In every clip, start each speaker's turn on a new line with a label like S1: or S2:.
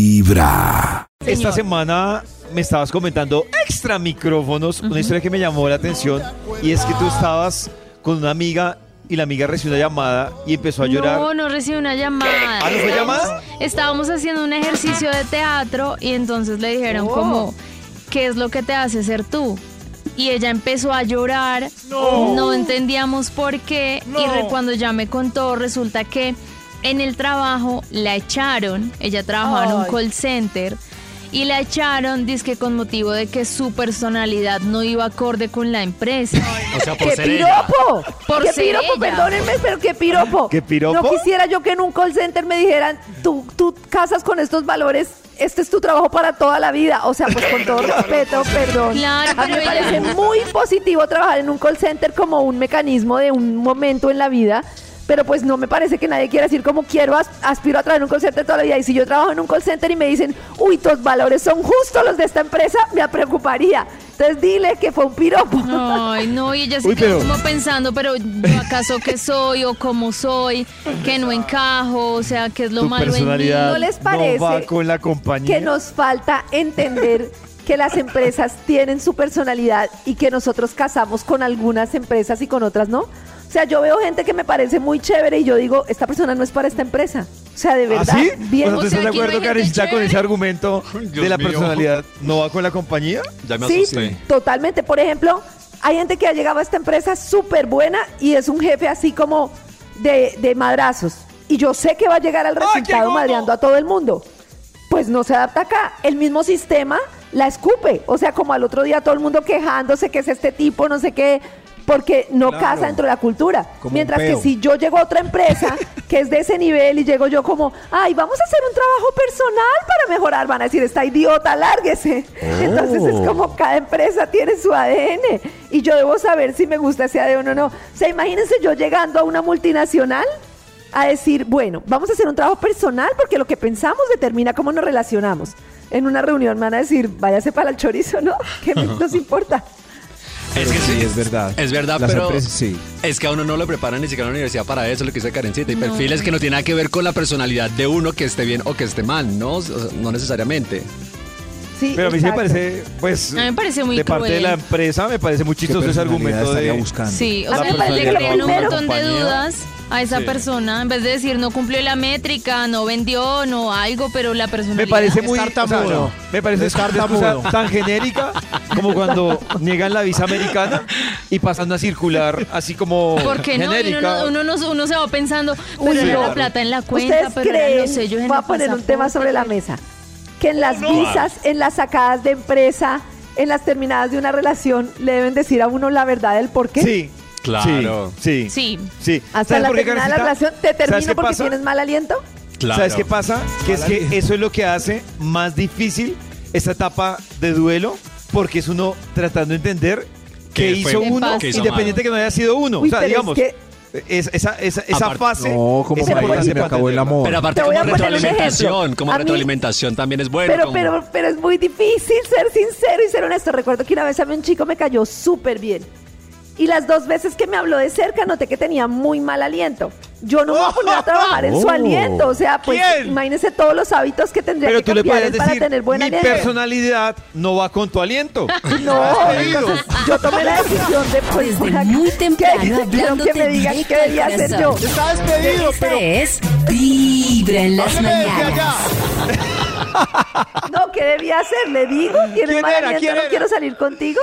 S1: Vibra.
S2: Esta semana me estabas comentando extra micrófonos, una historia que me llamó la atención y es que tú estabas con una amiga y la amiga recibió una llamada y empezó a llorar.
S3: No, no recibí una llamada.
S2: ¿Ah, no fue
S3: Estábamos-
S2: llamada?
S3: Estábamos haciendo un ejercicio de teatro y entonces le
S2: Oh.
S3: dijeron como, ¿qué es lo que te hace ser tú? Y ella empezó a llorar, no, entendíamos por qué y re- cuando ya me contó resulta que en el trabajo la echaron, ella trabajaba en un call center y la echaron, dizque con motivo de que su personalidad no iba acorde con la empresa.
S4: O sea, por
S5: ¡Qué
S4: ser ella.
S5: piropo!
S3: Por
S5: ¡Qué
S3: ser
S5: piropo!
S3: ella.
S5: Perdónenme, pero qué piropo.
S2: ¿Qué piropo?
S5: No quisiera yo que en un call center me dijeran, tú, tú casas con estos valores, este es tu trabajo para toda la vida. O sea, pues con todo respeto, perdón.
S3: Claro,
S5: A mí me
S3: pero ella-
S5: parece muy positivo trabajar en un call center como un mecanismo de un momento en la vida. Pero pues no me parece que nadie quiera decir como quiero, as- aspiro a trabajar en un call center toda la vida. Y si yo trabajo en un call center y me dicen, uy, tus valores son justo los de esta empresa, me preocuparía. Entonces dile que fue un piropo.
S3: Ay, no, y ella se
S2: Uy, pero-
S3: quedó como pensando, pero ¿yo acaso qué soy o cómo soy? Que no encajo, o sea, ¿qué es lo
S2: tu
S3: malo en mí?
S2: personalidad
S5: ¿No les parece
S2: va con la compañía.
S5: que nos falta entender que las empresas tienen su personalidad y que nosotros casamos con algunas empresas y con otras no. O sea, yo veo gente que me parece muy chévere y yo digo, esta persona no es para esta empresa. O sea, de
S2: ¿Ah,
S5: verdad,
S2: sí?
S5: bien.
S2: Bueno, ¿tú
S3: O sea,
S2: estás de
S3: aquí no hay
S2: acuerdo,
S3: gente
S2: Karencita, con
S3: chévere.
S2: ese argumento
S4: Ay, Dios
S2: de la
S4: mío.
S2: personalidad? ¿No va con la compañía?
S4: Ya me
S5: Sí,
S4: asusté.
S5: totalmente. Por ejemplo, hay gente que ha llegado a esta empresa súper buena y es un jefe así como de, de madrazos. Y yo sé que va a llegar al resultado madreando a todo el mundo. Pues no se adapta acá. El mismo sistema la escupe. O sea, como al otro día todo el mundo quejándose que es este tipo, no sé qué, porque no
S2: Claro.
S5: casa dentro de la cultura.
S1: Como un
S5: Mientras que
S1: peo.
S5: si yo llego a otra empresa que es de ese nivel y llego yo como, ay, vamos a hacer un trabajo personal para mejorar, van a decir, está idiota, lárguese.
S1: Oh.
S5: Entonces es como cada empresa tiene su ADN y yo debo saber si me gusta ese ADN o no. O sea, imagínense yo llegando a una multinacional a decir, bueno, vamos a hacer un trabajo personal porque lo que pensamos determina cómo nos relacionamos. En una reunión me van a decir, váyase para el chorizo, ¿no? ¿Qué nos importa?
S4: Es que sí.
S1: es verdad.
S4: Es verdad,
S1: Las
S4: pero
S1: empresas, sí.
S4: es que a uno no lo preparan ni siquiera en la universidad para eso, lo que dice Karencita. Y perfiles que no tienen nada que ver con la personalidad de uno que esté bien o que esté mal, ¿no? O sea, no necesariamente.
S5: Sí,
S2: Pero a mí sí me
S5: exacto.
S2: parece, pues,
S3: A mí me parece muy
S2: de parte de
S3: cruel.
S2: la empresa, me parece muy
S1: ¿Qué
S2: chistoso ese
S1: personalidad
S2: argumento
S1: estaría
S2: de...
S1: buscando?
S3: Sí, o
S4: La
S3: sea, en vez de
S4: personalidad
S3: crear un
S5: de la
S3: montón de
S4: compañía.
S3: dudas a esa
S4: Sí.
S3: persona, en vez de decir no cumplió la métrica, no vendió, no algo, pero la personalidad...
S2: Me parece muy...
S6: Es tartamudo.
S2: no, me parece
S6: Es
S2: una
S6: tartamudo.
S2: excusa tan genérica como cuando niegan la visa americana y pasan a circular así como
S3: Porque no, Y uno,
S2: genérica.
S3: no- uno, no- uno se va pensando, pero
S5: Uy,
S3: era
S5: no.
S3: la plata en la
S5: ¿Ustedes
S3: cuenta, pero eran
S5: creen,
S3: los sellos en
S5: voy a
S3: el
S5: poner un tema
S3: pasaporte.
S5: sobre la mesa, que en las visas, en las sacadas de empresa, en las terminadas de una relación, le deben decir a uno la verdad del por qué.
S2: Sí.
S4: Claro.
S2: Sí.
S3: Sí.
S2: Sí.
S5: Hasta
S2: ¿Sabes
S5: la
S2: por qué,
S5: terminada de la
S2: Karencita?
S5: relación, te
S2: ¿Sabes
S5: termino
S2: qué
S5: porque
S2: pasa?
S5: tienes mal aliento.
S4: Claro.
S2: ¿Sabes qué pasa? Que es que eso es lo que hace más difícil esta etapa de duelo, porque es uno tratando de entender
S4: ¿Qué
S2: qué, hizo
S4: fue?
S2: uno,
S3: ¿Qué
S4: hizo
S2: independiente
S4: mal?
S2: que no haya sido uno.
S5: Uy,
S2: o sea,
S5: pero es
S2: digamos,
S5: que-
S2: es- esa, esa, esa
S4: Aparte-
S2: fase.
S1: No,
S5: para
S1: como para
S2: es importante
S1: ahí se me
S2: para
S1: acabó el
S2: entenderla.
S1: amor.
S4: Pero aparte
S5: Te voy
S4: como
S5: a poner un
S4: retroalimentación,
S5: ejemplo.
S4: como
S5: A mí-
S4: retroalimentación también es bueno.
S5: Pero,
S4: como-
S5: pero, pero es muy difícil ser sincero y ser honesto. Recuerdo que una vez a mí un chico me cayó súper bien. Y las dos veces que me habló de cerca noté que tenía muy mal aliento. Yo no me voy a poner a trabajar en su
S1: Oh.
S5: aliento. O sea, pues
S2: ¿Quién?
S5: imagínense todos los hábitos que tendría
S2: Pero
S5: que
S2: tú le
S5: cambiar
S2: puedes
S5: él para
S2: decir,
S5: tener buen
S2: mi
S5: aliento.
S2: personalidad no va con tu aliento.
S5: No, entonces yo tomé la decisión de pues,
S7: Desde muy temprano
S5: que, quiero
S7: hablándote
S5: que me digan
S7: directo
S5: qué
S7: al
S5: debía hacer yo.
S7: corazón.
S6: Está despedido,
S7: Esta
S6: pero.
S7: es Vibra en las
S6: Hábleme desde allá.
S7: mañanas.
S5: No, ¿qué debía hacer? ¿Le digo? ¿Tienes
S2: ¿Quién
S5: mal
S2: era?
S5: aliento?
S2: ¿Quién
S5: ¿No
S2: era?
S5: quiero salir contigo?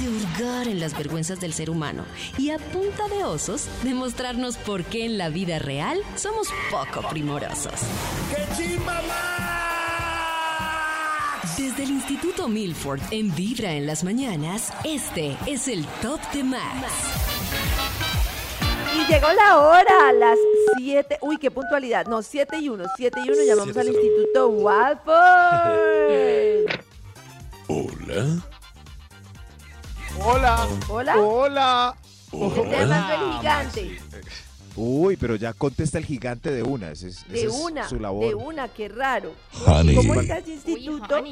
S8: de hurgar en las vergüenzas del ser humano y a punta de osos demostrarnos por qué en la vida real somos poco primorosos. Desde el Instituto Milford en Vibra en las mañanas, este es el Top de Max.
S5: Y llegó la hora, las 7. Uy, qué puntualidad. No, 7 y 1, 7 y 1. Llamamos al Instituto Walford.
S1: Hola.
S5: Hola.
S1: Hola.
S5: Está
S1: Ah,
S5: hablando el gigante.
S1: Uy, pero ya contesta el gigante de una. Esa es,
S5: De
S1: esa es
S5: una.
S1: su labor.
S5: De una, qué raro.
S6: Honey.
S5: ¿Cómo estás, instituto?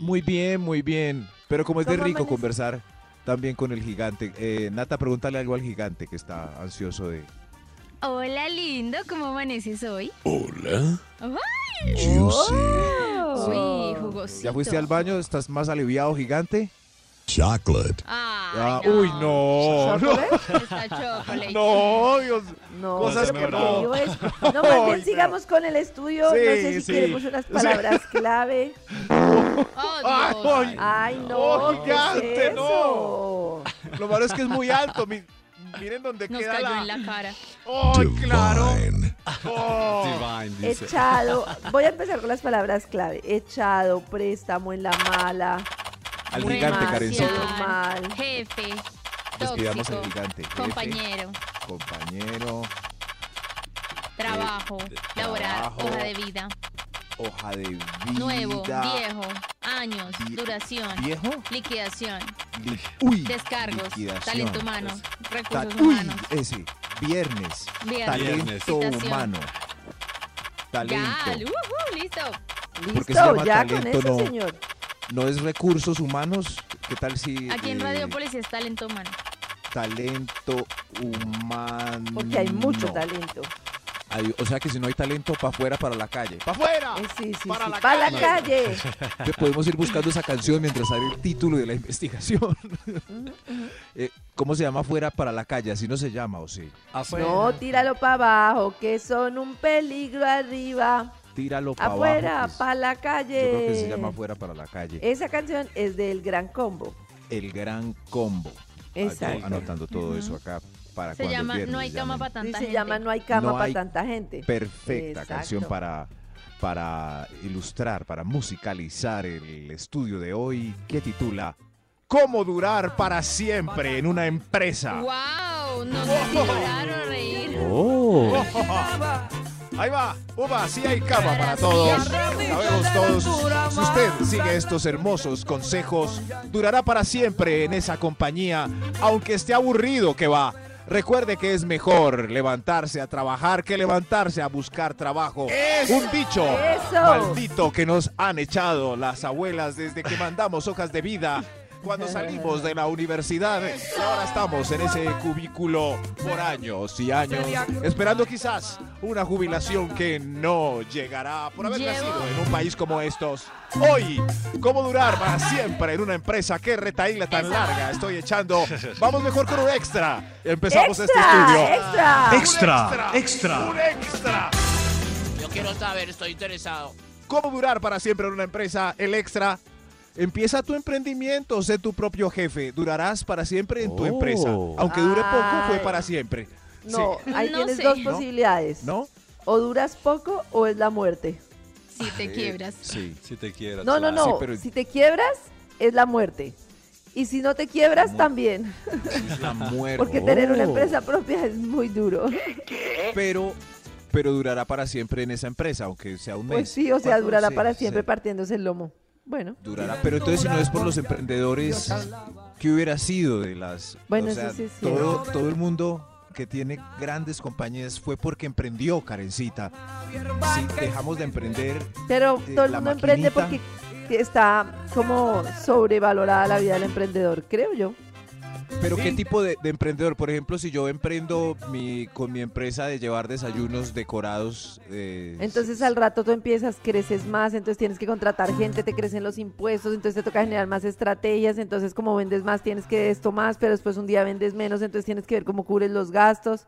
S1: Muy bien, muy bien. Pero como es de
S5: ¿Cómo
S1: rico
S5: amanece?
S1: conversar también con el gigante. Eh, Nata, pregúntale algo al gigante que está ansioso de...
S3: Hola, lindo, ¿cómo amaneces hoy?
S6: Hola.
S3: Ay,
S6: Juicy.
S3: Uy, jugosito.
S1: ¿Ya fuiste al baño? ¿Estás más aliviado, gigante?
S6: Chocolate.
S1: Ah,
S3: Ay,
S1: Uy, no. No,
S5: ¿Chocolate?
S3: Está chocolate.
S1: no, Dios.
S5: No,
S1: Cosas
S5: pero
S1: que
S5: lo
S1: no.
S5: digo es- No, más bien sigamos con el estudio.
S1: Sí,
S5: no sé si
S1: sí.
S5: queremos unas palabras clave.
S3: Oh, Dios.
S1: Ay,
S5: Ay, no.
S1: Oh,
S5: ¿qué
S1: gigante,
S5: es eso?
S1: Lo malo es que es muy alto. mi- miren dónde
S3: Nos
S1: queda
S3: cayó
S1: la...
S3: en la cara.
S1: ¡Ay, claro!
S6: Divine.
S1: Oh.
S4: Divine, dice.
S5: Echado. Voy a empezar con las palabras clave. Echado, préstamo en la mala.
S1: Al gigante,
S5: Demasiado.
S1: Karencita.
S5: Mal.
S3: Jefe.
S1: Despidamos
S3: Tóxico.
S1: al gigante. jefe,
S3: Compañero.
S1: compañero.
S3: Trabajo. Laboral.
S1: Eh, trabajo.
S3: Hoja de vida.
S1: Hoja de vida.
S3: Nuevo. Viejo. Años.
S1: Vie-
S3: Duración.
S1: ¿Viejo?
S3: Liquidación.
S1: Li- uy.
S3: Descargos.
S1: liquidación.
S3: Talento humano.
S1: Ta-
S3: Recursos
S1: uy,
S3: humanos.
S1: ese. Viernes.
S3: Viernes.
S1: Talento
S3: Viernes.
S1: humano.
S3: Ya,
S1: Talento.
S3: ujú, listo.
S1: Porque se
S5: Listo,
S1: llama
S5: ya con
S1: talento,
S5: eso,
S1: no.
S5: señor.
S1: No es recursos humanos. ¿Qué tal si.
S3: Aquí en
S1: eh,
S3: Radiopolis es talento humano.
S1: Talento humano.
S5: Porque hay mucho talento.
S1: Hay- o sea que si no hay talento, para afuera, para la calle. ¡Para afuera!
S5: Eh, sí, sí,
S1: Para
S5: sí.
S1: la
S5: Para la
S1: calle.
S5: calle.
S1: Te Pues podemos ir buscando esa canción mientras sale el título de la investigación. Eh, ¿Cómo se llama Fuera para la calle? ¿Así no se llama o sí?
S4: Afuera.
S5: No, tíralo para abajo, que son un peligro arriba.
S1: Tíralo para
S5: Afuera,
S1: abajo.
S5: para la
S1: pues.
S5: calle. Eh.
S1: Yo creo que se llama Fuera para la calle.
S5: Esa canción es del Gran Combo.
S1: El gran combo. Ah, yo
S5: Exacto.
S1: anotando todo eso acá para
S3: Se
S1: cuando
S3: llama
S1: el viernes
S3: No hay cama
S1: llamen.
S3: para tanta
S5: Y se
S3: gente.
S5: llama No hay cama
S1: No
S5: para
S1: hay-
S5: tanta gente.
S1: Perfecta
S5: Exacto.
S1: canción para, para ilustrar, para musicalizar el estudio de hoy que titula ¿Cómo durar para siempre en una empresa?
S3: Wow, no sé si llorar o reír.
S5: Oh.
S1: Ahí va, uva, sí hay cama para
S3: Para
S1: todos.
S3: siempre.
S1: Sabemos todos. Si usted sigue estos hermosos consejos, durará para siempre en esa compañía, aunque esté aburrido que va. Recuerde que es mejor levantarse a trabajar que levantarse a buscar trabajo. Un dicho
S5: Eso.
S1: maldito que nos han echado las abuelas desde que mandamos hojas de vida. Cuando salimos de la universidad, y ahora estamos en ese cubículo por años y años, esperando quizás una jubilación que no llegará por haber
S3: Llevo-
S1: nacido en un país como estos. Hoy, ¿cómo durar para siempre en una empresa? ¡Qué retaíla tan larga estoy echando! Vamos mejor con un extra. Empezamos este estudio.
S5: Extra, extra.
S1: Extra, extra. Un extra.
S9: Yo quiero saber, estoy interesado.
S1: ¿Cómo durar para siempre en una empresa? El extra. Empieza tu emprendimiento, sé tu propio jefe. Durarás para siempre en tu empresa. Aunque dure poco, fue
S5: Ay.
S1: para siempre. Sí,
S5: No, ahí
S3: No
S5: tienes
S3: sé.
S5: dos
S3: No.
S5: posibilidades.
S1: ¿No?
S5: O duras poco o es la muerte.
S3: Si te quiebras.
S1: Sí.
S4: Si te quieras.
S5: No, no,
S4: claro.
S5: no.
S1: sí, pero-
S5: Si te quiebras, es la muerte. Y si no te quiebras, también.
S1: La muerte. Oh.
S5: Porque tener una empresa propia es muy duro.
S1: Pero, pero durará para siempre en esa empresa, aunque sea un mes.
S5: Pues sí, o sea,
S1: ¿Cuánto?
S5: durará
S1: Sí,
S5: para
S1: sí.
S5: siempre partiéndose el lomo. Bueno,
S1: Durará. Pero entonces, si no es por los emprendedores, ¿qué hubiera sido de las.
S5: Bueno,
S1: o
S5: eso
S1: sea,
S5: sí es
S1: todo, todo el mundo que tiene grandes compañías fue porque emprendió, Karencita. Si dejamos de emprender,
S5: pero
S1: Eh,
S5: todo el
S1: la
S5: mundo emprende porque
S1: maquinita.
S5: está como sobrevalorada la vida del emprendedor, creo yo.
S1: Pero qué tipo de, de emprendedor, por ejemplo, si yo emprendo mi, con mi empresa de llevar desayunos decorados, eh,
S5: Entonces al rato tú empiezas, creces más, entonces tienes que contratar gente, te crecen los impuestos, entonces te toca generar más estrategias, entonces como vendes más tienes que esto más, pero después un día vendes menos, entonces tienes que ver cómo cubres los gastos.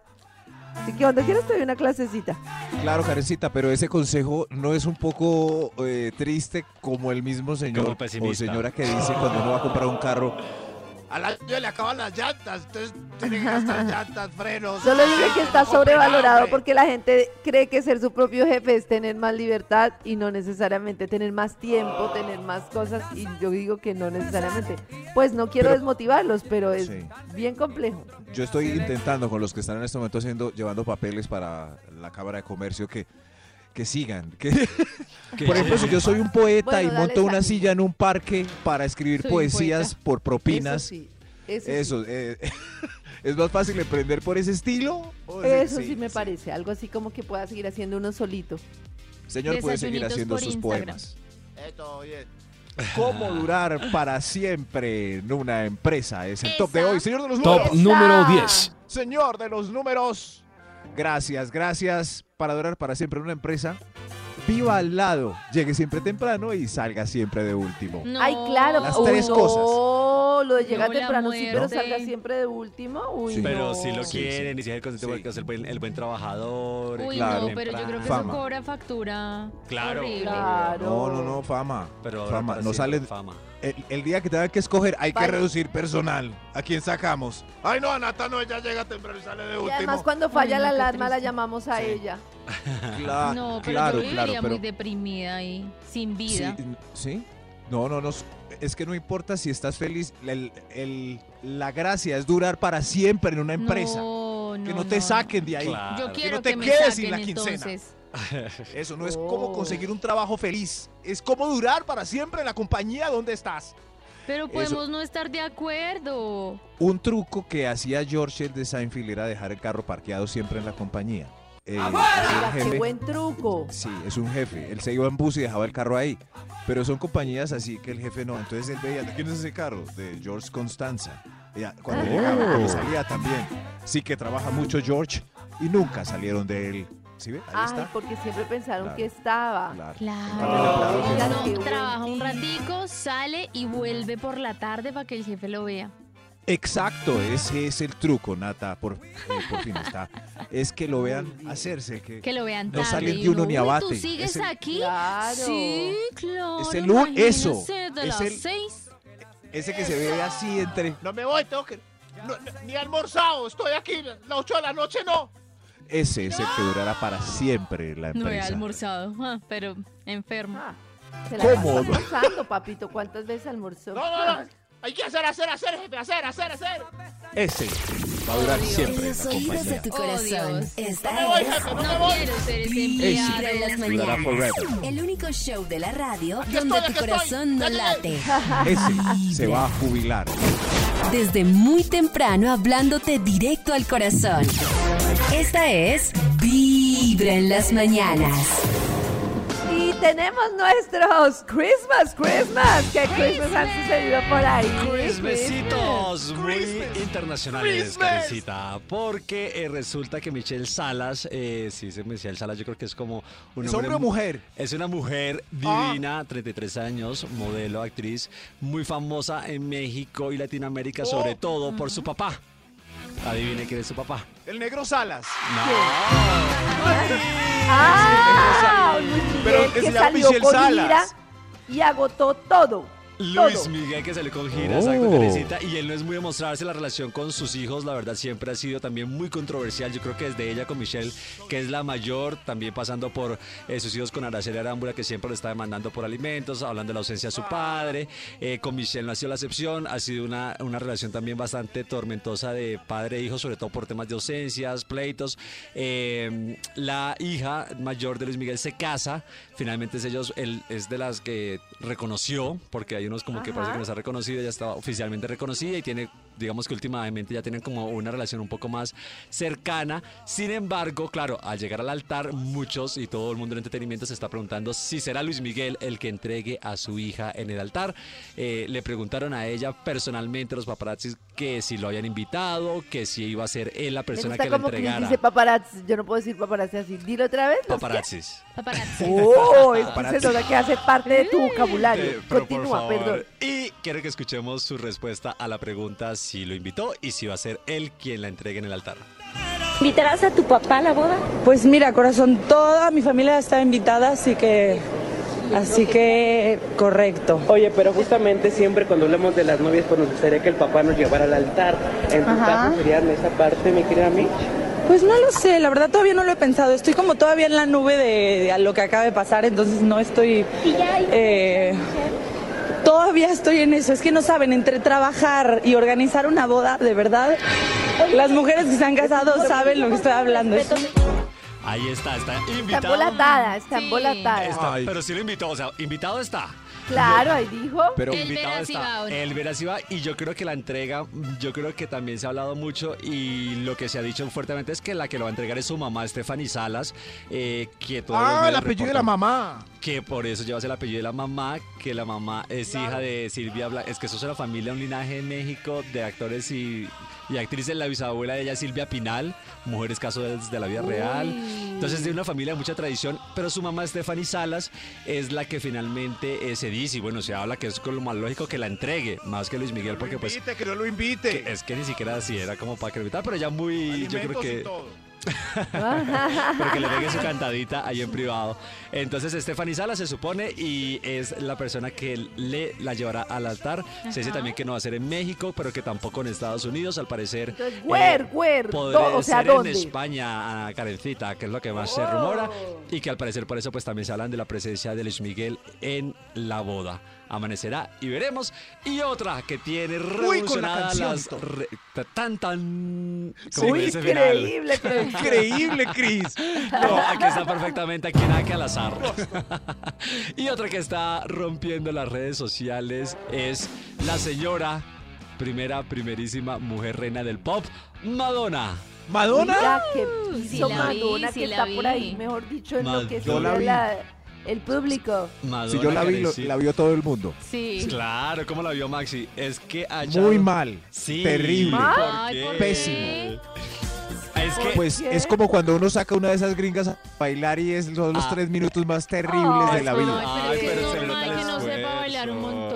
S5: Así que cuando quieras te doy una clasecita.
S1: claro, Karencita, pero ese consejo no es un poco eh, triste como el mismo
S4: Como
S1: señor o
S4: pesimista.
S1: señora que dice cuando uno va a comprar un carro.
S9: Al año le acaban las llantas, entonces tiene que gastar llantas, frenos.
S5: Solo digo que está sobrevalorado porque la gente cree que ser su propio jefe es tener más libertad y no necesariamente tener más tiempo, tener más cosas y yo digo que no necesariamente. Pues no quiero
S1: Pero-
S5: desmotivarlos, pero es
S1: Sí.
S5: bien complejo.
S1: Yo estoy intentando con los que están en este momento haciendo, llevando papeles para la Cámara de Comercio que que sigan. que- Por ejemplo, si
S4: sigan.
S1: yo soy un poeta
S5: Bueno,
S1: y
S5: dale
S1: monto una
S5: esa-
S1: silla en un parque para escribir
S10: Soy un
S1: poesías por propinas,
S5: Eso sí. Eso, sí.
S1: eso, eh, es más fácil emprender por ese estilo. ¿O es-
S5: Eso sí, me parece. Algo así como que pueda seguir haciendo uno solito.
S1: Señor puede seguir
S3: Desayunitos
S1: haciendo
S3: por
S1: sus
S3: Instagram.
S1: poemas.
S9: Eh, todo bien.
S1: ¿Cómo durar para siempre en una empresa? Es el top de
S3: Esa.
S1: hoy. Señor de los
S5: Top
S1: números.
S5: número 10.
S1: Señor de los números. Gracias, gracias. Para durar para siempre en una empresa, viva al lado. Llegue siempre temprano y salga siempre de último.
S3: No.
S5: Ay, claro.
S1: Las
S5: uy,
S1: tres
S5: no, lo de llegar
S3: No, la
S5: temprano sí, pero
S3: muerte.
S5: salga siempre de último. Uy,
S1: Sí.
S4: Pero
S5: no.
S4: si lo
S1: Sí,
S4: quieren, y si es el concepto
S1: Sí.
S4: de que es el buen, el buen trabajador.
S3: Uy,
S1: claro.
S3: no, pero yo creo que
S1: Fama.
S3: eso cobra factura.
S4: Claro.
S3: horrible.
S5: Claro.
S1: No, no, no, fama.
S4: Pero ahora
S1: fama.
S4: para
S1: No
S4: siempre,
S1: sale.
S4: Fama.
S1: El, el día que tenga que escoger, hay que
S5: Vale.
S1: reducir personal. ¿A quién sacamos?
S9: Ay, no, Anata no, ella llega temprano y sale de
S5: Y
S9: último.
S5: además cuando falla
S3: Uy,
S5: la
S3: no, qué
S5: alarma la
S3: triste.
S5: llamamos a ella.
S1: Cla-
S3: No, pero yo viviría Ah, muy deprimida y sin vida.
S1: Sí, n- ¿sí? No, no, no. Es que no importa si estás feliz. la- el- el- la gracia es durar para siempre en una empresa.
S3: No,
S1: que no te saquen de ahí.
S4: Claro.
S3: Yo quiero
S1: te
S3: que me
S1: quedes
S3: saquen
S1: sin la quincena.
S3: entonces.
S1: Eso no es como
S5: Oh.
S1: conseguir un trabajo feliz. Es como durar para siempre en la compañía donde estás.
S3: Pero
S1: Eso.
S3: podemos no estar de acuerdo.
S1: Un truco que hacía George el de Seinfeld era dejar el carro parqueado siempre en la compañía. Eh,
S5: Oiga,
S1: el
S5: qué
S1: jefe-
S5: buen truco.
S1: Sí, es un jefe. Él se iba en bus y dejaba el carro ahí. Pero son compañías así que el jefe no. Entonces él veía, ¿de quién es ese carro? De George Constanza. Ella- cuando llegaba, cuando salía también. Sí que trabaja mucho George y nunca salieron de él. ¿Sí ve? Ahí
S5: Ay,
S1: está.
S5: porque siempre pensaron
S1: Claro.
S5: que estaba.
S1: Claro.
S3: Claro.
S1: Claro que
S5: Oiga, qué
S3: Uno
S5: buen
S3: trabaja un
S5: tip.
S3: ratico, sale y vuelve por la tarde para que el jefe lo vea.
S1: Exacto, ese es el truco, Nata. Por, eh, por fin está. Es que lo vean hacerse. Que,
S3: Que lo vean
S1: No
S3: tarde.
S1: salen
S3: y
S1: de uno ni
S3: "Uy,
S1: abate".
S3: ¿Tú sigues
S1: Es el-
S3: aquí?
S5: Claro.
S3: Sí, claro.
S1: Es el un- eso.
S3: imagínese, De
S1: Es
S3: las
S1: el-
S3: seis.
S1: ese que se ve así entre.
S9: No me voy, tengo que. no, no, ni he almorzado, estoy aquí, a las 8 de la noche no.
S1: Ese es el que durará para siempre la
S3: No he
S1: empresa.
S3: almorzado, ah, pero enfermo.
S5: Ah, se la
S1: ¿Cómo?
S5: pasó almorzando, papito. ¿Cuántas veces almorzó?
S9: No, no, no. Hay que hacer, hacer, hacer, jefe, hacer, hacer, hacer.
S1: ese va a durar
S7: En
S1: siempre en
S7: los
S1: la
S7: oídos de
S1: compañía.
S7: tu
S3: Oh,
S7: corazón.
S3: Dios.
S9: No
S7: Esta
S9: voy,
S7: es
S9: jefe, no me
S3: No
S9: voy.
S3: quiero ser ese
S7: Vibra en las
S3: empleado.
S7: mañanas.
S1: forever.
S7: El único show de la radio
S9: Aquí
S7: donde
S9: estoy,
S7: tu
S9: aquí
S7: corazón
S9: estoy.
S7: no
S9: Ya llegué.
S7: late.
S1: Ese se va a jubilar.
S7: Desde muy temprano hablándote directo al corazón. Esta es Vibra en las mañanas.
S5: Y tenemos nuestros Christmas, Christmas. ¿Qué Christmas Pues han sucedido por ahí?
S4: Chismecitos muy
S9: Christmas.
S4: internacionales,
S9: Christmas.
S4: Karencita, porque eh, resulta que Michelle Salas, eh, sí, se Michelle Salas, yo creo que es como un
S1: ¿Es hombre o mujer?
S4: Es una mujer
S3: Ah.
S4: divina, 33 años, modelo, actriz, muy famosa en México y Latinoamérica,
S3: Oh.
S4: sobre todo por su papá. Adivine quién es su papá.
S1: El negro Salas.
S5: Ah, Luis Miguel,
S1: Pero es que
S5: que
S1: se llama
S5: salió
S1: Michel
S5: con
S1: Salas.
S5: gira y agotó todo.
S4: Luis
S5: todo.
S4: Miguel que se le
S1: Oh.
S4: gira, exacto, Karencita, y él no es muy de mostrarse la relación con sus hijos, la verdad siempre ha sido también muy controversial, yo creo que desde ella con Michelle, que es la mayor, también pasando por eh, sus hijos con Araceli Arámbula, que siempre lo está demandando por alimentos, hablando de la ausencia de su padre, eh, con Michelle no ha sido la excepción, ha sido una, una relación también bastante tormentosa de padre e hijo, sobre todo por temas de ausencias, pleitos, Eh, la hija mayor de Luis Miguel se casa, finalmente es ellos, él es de las que reconoció, porque hay unos como que parece que no está reconocida, pues, ya estaba oficialmente reconocida y tiene, digamos que últimamente ya tienen como una relación un poco más cercana. Sin embargo, claro, al llegar al altar, muchos y todo el mundo del entretenimiento se está preguntando si será Luis Miguel el que entregue a su hija en el altar. Eh, le preguntaron a ella personalmente, los paparazzis, que si lo habían invitado, que si iba a ser él la
S5: Me
S4: persona
S5: gusta
S4: que le
S5: como Chris
S4: entregara.
S5: dice paparazzi. Yo no puedo decir paparazzi así. Dilo otra vez. ¿los
S4: Paparazzis.
S5: qué?
S3: Paparazzi.
S5: Oh, es que
S1: Paparazzi.
S5: se nota que hace parte de tu vocabulario.
S4: Eh, pero por
S5: Continúa,
S4: favor.
S5: perdón.
S4: Y quiero que escuchemos su respuesta a la pregunta si lo invitó y si va a ser él quien la entregue en el altar.
S11: ¿Invitarás a tu papá a la boda?
S12: Pues mira, corazón, toda mi familia está invitada, así que... Así que, correcto.
S11: Oye, pero justamente siempre cuando hablamos de las novias, pues nos gustaría que el papá nos llevara al altar. En tu caso sería en esa parte, mi querida Mitch.
S12: Pues no lo sé, la verdad todavía no lo he pensado. Estoy como todavía en la nube de, de a lo que acaba de pasar, entonces no estoy... eh, todavía estoy en eso. Es que no saben, entre trabajar y organizar una boda, de verdad, las mujeres que se han casado saben lo que estoy hablando. Es-
S4: Ahí está, está
S5: Está
S4: invitado.
S5: embolatada, está
S3: Sí.
S5: embolatada.
S4: Está, pero sí lo invitó, o sea, invitado está.
S5: Claro, ahí dijo.
S4: Pero
S3: El
S4: invitado está.
S3: Verazibao, ¿no?
S4: El Verazibao, y yo creo que la entrega, yo creo que también se ha hablado mucho y lo que se ha dicho fuertemente es que la que lo va a entregar es su mamá, Stephanie Salas, eh, que todos los
S9: Ah, el
S4: medios
S9: apellido de la
S4: reportan
S9: mamá.
S4: que por eso llevas el apellido de la mamá, que la mamá es hija de Silvia Bla- es que eso es una familia, un linaje en México de actores y, y actrices, la bisabuela de ella es Silvia Pinal, mujeres casos de la vida real, entonces de una familia de mucha tradición, pero su mamá Stephanie Salas es la que finalmente eh, se dice, y bueno, se habla que es con lo más lógico que la entregue, más que Luis Miguel, porque pues...
S9: Invite, que no lo invite.
S4: Es que ni siquiera así era como para acreditar, pero ya muy, yo creo
S9: Alimentos y
S4: que...
S9: todo.
S4: Porque le pegue su cantadita ahí en privado. Entonces, Stephanie Sala se supone y es la persona que le la llevará al altar. Se dice
S5: Ajá.
S4: también que no va a ser en México, pero que tampoco en Estados Unidos, al parecer.
S5: Entonces, güer, güer,
S4: podría
S5: do- o sea,
S4: Eh, ser
S5: ¿dónde?
S4: en España, a Karencita, que es lo que más se rumora. Y que al parecer por eso pues también se hablan de la presencia de Luis Miguel en la boda. Amanecerá y veremos. Y otra que tiene
S9: Uy, con la
S4: revolucionadas
S9: canción.
S4: las... re- ta- tan, tan... como
S5: Uy,
S4: ese final.
S5: increíble, pero
S9: Increíble, Cris.
S4: No, aquí está perfectamente, aquí nada que al azar. y otra que está rompiendo las redes sociales es la señora, primera, primerísima mujer reina del pop, Madonna.
S9: ¿Madonna?
S5: Mira que
S3: sí
S5: hizo
S3: la vi,
S5: Madonna
S3: sí
S5: que
S3: la
S5: está
S3: vi.
S5: por ahí, mejor dicho, en lo que
S4: Yo
S1: la vi.
S5: el público.
S4: Madonna.
S1: Si yo la vi, lo-
S4: Karencita.
S1: la vio todo el mundo.
S3: Sí.
S4: Claro, ¿cómo la vio Maxi? Es que allá...
S1: Muy mal.
S4: Sí.
S1: Terrible.
S4: ¿por
S3: Ay,
S4: qué?
S3: ¿por qué?
S1: Pésimo.
S4: Es que...
S1: Pues
S5: ¿Qué?
S1: es como cuando uno saca una de esas gringas a bailar y es son los
S4: Ah.
S1: tres minutos más terribles
S5: Ay,
S1: de la
S3: Ay,
S1: vida.
S4: Ay,
S3: pero es que
S4: pero
S3: es
S4: se
S3: normal
S4: nota
S3: que
S4: el
S3: no sepa
S4: esfuerzo.
S3: bailar un montón.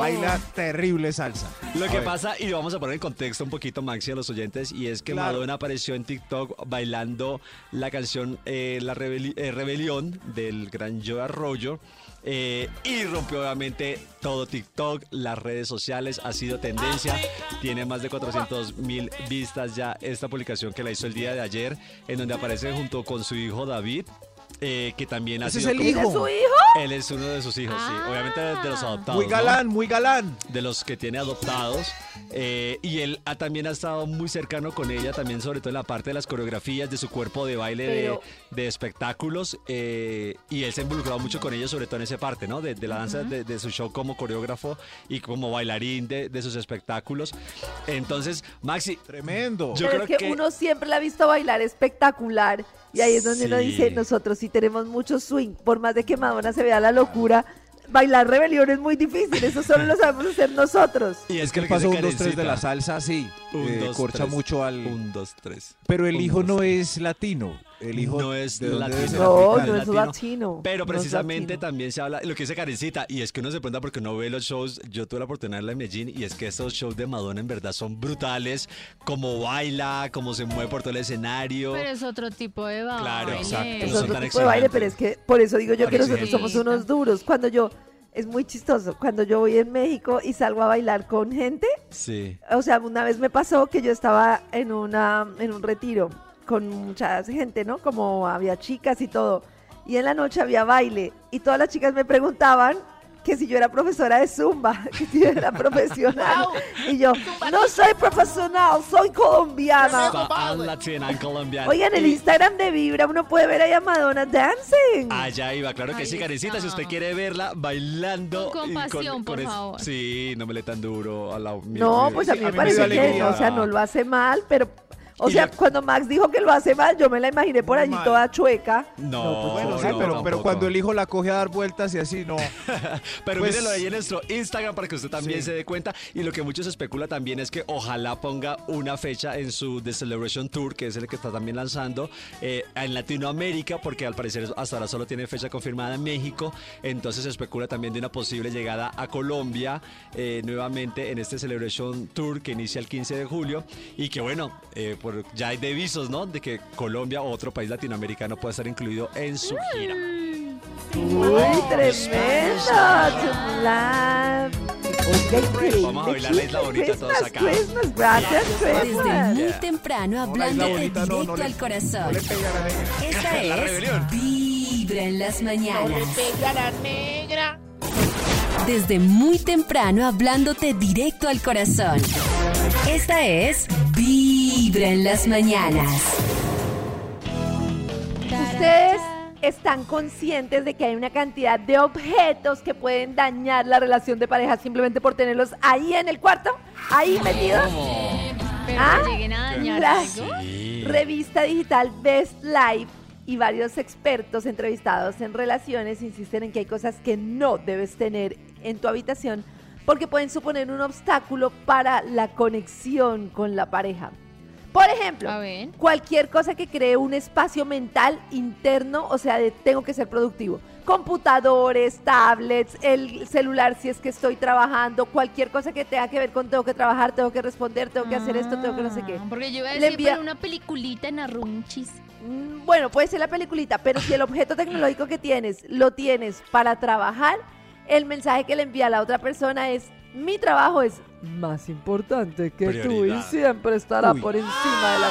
S1: Baila terrible salsa.
S4: Lo
S1: A
S4: que
S1: ver.
S4: pasa, y vamos a poner en contexto un poquito, Maxi, a los oyentes, y es que
S1: Claro.
S4: Madonna apareció en TikTok bailando la canción eh, La Rebeli- eh, Rebelión del gran Joe Arroyo. eh, y rompió obviamente todo TikTok, las redes sociales, ha sido tendencia. Tiene más de 400 mil vistas ya esta publicación que la hizo el día de ayer, en donde aparece junto con su hijo David, eh, que también ha
S1: Ese es
S4: sido.
S1: el
S4: como-
S5: ¿Era
S1: Hijo.
S5: su hijo?
S4: Él es uno de sus hijos,
S3: Ah.
S4: sí. Obviamente de los adoptados.
S1: Muy
S4: ¿no?
S1: galán, muy galán.
S4: de los que tiene adoptados. eh, y él ha- también ha estado muy cercano con ella, también sobre todo en la parte de las coreografías, de su cuerpo de baile, de,
S5: Pero-
S4: de espectáculos. eh, y él se ha involucrado mucho con ella, sobre todo en esa parte, ¿no? De, de la danza, de, de su show como coreógrafo y como bailarín de, de sus espectáculos. Entonces, Maxi,
S1: Tremendo.
S4: Yo
S5: Pero es
S4: creo
S5: que,
S4: que-
S5: uno siempre la ha visto bailar espectacular. Y ahí es donde uno
S4: Sí.
S5: dice, nosotros sí tenemos mucho swing. Por más de que Madonna se vea la locura, bailar rebelión es muy difícil. Eso solo lo sabemos hacer nosotros.
S4: y es
S1: Es que
S4: que
S1: el
S4: lo dice
S1: paso 1, 2, 3 de la
S4: Karencita,
S1: salsa, sí.
S4: un,
S1: eh,
S4: dos,
S1: corcha
S4: tres,
S1: mucho al.
S4: Un, dos, tres.
S1: Pero el
S4: un,
S1: hijo
S4: dos,
S1: no es latino. El hijo
S4: No es
S1: ¿de dónde
S4: latino.
S1: debe ser?
S5: No,
S1: Africano.
S5: no es
S4: latino.
S5: latino. no
S4: Pero
S5: es
S4: precisamente
S5: latino.
S4: también se habla, lo que dice Karencita, y es que uno se pregunta porque no ve los shows, yo tuve la oportunidad de verla en Medellín, y es que estos shows de Madonna en verdad son brutales, como baila, como se mueve por todo el escenario.
S3: Pero es otro tipo de baile.
S4: Claro, exacto.
S5: Es
S4: no son
S5: otro
S4: tan
S5: tipo de baile, pero es
S4: exigentes.
S5: que por eso digo yo que nosotros
S4: Exigentes.
S5: somos unos duros. Cuando yo, es muy chistoso, cuando yo voy en México y salgo a bailar con gente,
S4: Sí.
S5: O sea, una vez me pasó que yo estaba en, una, en un retiro con mucha gente, ¿no? Como había chicas y todo. Y en la noche había baile. Y todas las chicas me preguntaban que si yo era profesora de zumba, que si yo era profesional. y yo, no soy profesional, soy colombiana.
S4: Está latina en Colombia.
S5: Oigan, el
S4: Y
S5: Instagram de Vibra uno puede ver ahí a Madonna dancing.
S4: Allá iba, claro que
S3: Ahí
S4: sí, Karencita, si
S3: está.
S4: usted quiere verla bailando.
S3: Con
S4: y
S3: compasión, por
S4: es-
S3: favor.
S4: Sí, no me le tan duro a la...
S5: No, pues a mí
S1: a
S5: me
S1: mí me
S5: parece
S1: dio
S5: que,
S1: alegría.
S5: o sea, no lo hace mal, pero, o
S4: Y
S5: sea,
S4: la-
S5: cuando Max dijo que lo hace mal, yo me la imaginé por
S1: Muy
S5: allí
S1: mal.
S5: toda chueca.
S4: No,
S5: pues,
S1: Bueno, sí, pero,
S4: no,
S1: pero
S4: tampoco.
S1: cuando el hijo la coge a dar vueltas y así, no.
S4: Pero
S1: Pues-
S4: mírenlo ahí en nuestro Instagram para que usted también
S1: Sí.
S4: se dé cuenta. Y lo que muchos especula también es que ojalá ponga una fecha en su The Celebration Tour, que es el que está también lanzando eh, en Latinoamérica, porque al parecer hasta ahora solo tiene fecha confirmada en México. Entonces se especula también de una posible llegada a Colombia eh, nuevamente en este Celebration Tour que inicia el 15 de julio. Y que bueno, eh, por- ya hay de visos, ¿no? De que Colombia o otro país latinoamericano pueda estar incluido en su gira.
S7: Mm.
S5: Uy, tremenda. Chumulán.
S4: Vamos a bailar la isla bonita
S5: Christmas,
S4: todos acá.
S5: Christmas, gracias,
S7: Desde
S5: Christmas.
S7: muy temprano
S1: No, la isla
S7: hablándote
S1: bonita, no,
S7: directo
S1: no le-
S7: al corazón.
S1: No le pegue a la negra.
S7: Esta
S4: La
S7: es
S4: rebelión.
S7: Vibra en las mañanas.
S9: a la negra.
S7: Desde muy temprano hablándote directo al corazón. Esta es Vibra en las mañanas.
S3: Ta,
S5: ustedes
S1: Este
S5: están conscientes de que hay una cantidad de objetos que pueden dañar la relación de pareja simplemente por tenerlos ahí en el cuarto, ahí metidos.
S3: Pero
S5: ¿Ah?
S3: que lleguen a dañar
S5: La
S3: algo.
S5: Revista digital Best Life y varios expertos entrevistados en relaciones insisten en que hay cosas que no debes tener en tu habitación porque pueden suponer un obstáculo para la conexión con la pareja. Por ejemplo,
S3: A ver.
S5: cualquier cosa que cree un espacio mental interno, o sea, de tengo que ser productivo. Computadores, tablets, el celular si es que estoy trabajando, cualquier cosa que tenga que ver con tengo que trabajar, tengo que responder, tengo que hacer esto, tengo que no sé qué.
S3: Ah, Porque yo iba a
S5: Le
S3: decir
S5: envía-
S3: pero una peliculita en Arrunchis.
S5: Mm, Bueno, puede ser la peliculita, pero si el objeto tecnológico que tienes lo tienes para trabajar, el mensaje que le envía a la otra persona es mi trabajo es más importante que tú y
S9: Prioridad.
S5: siempre estará
S9: Uy.
S5: por encima de
S3: Ah.
S5: la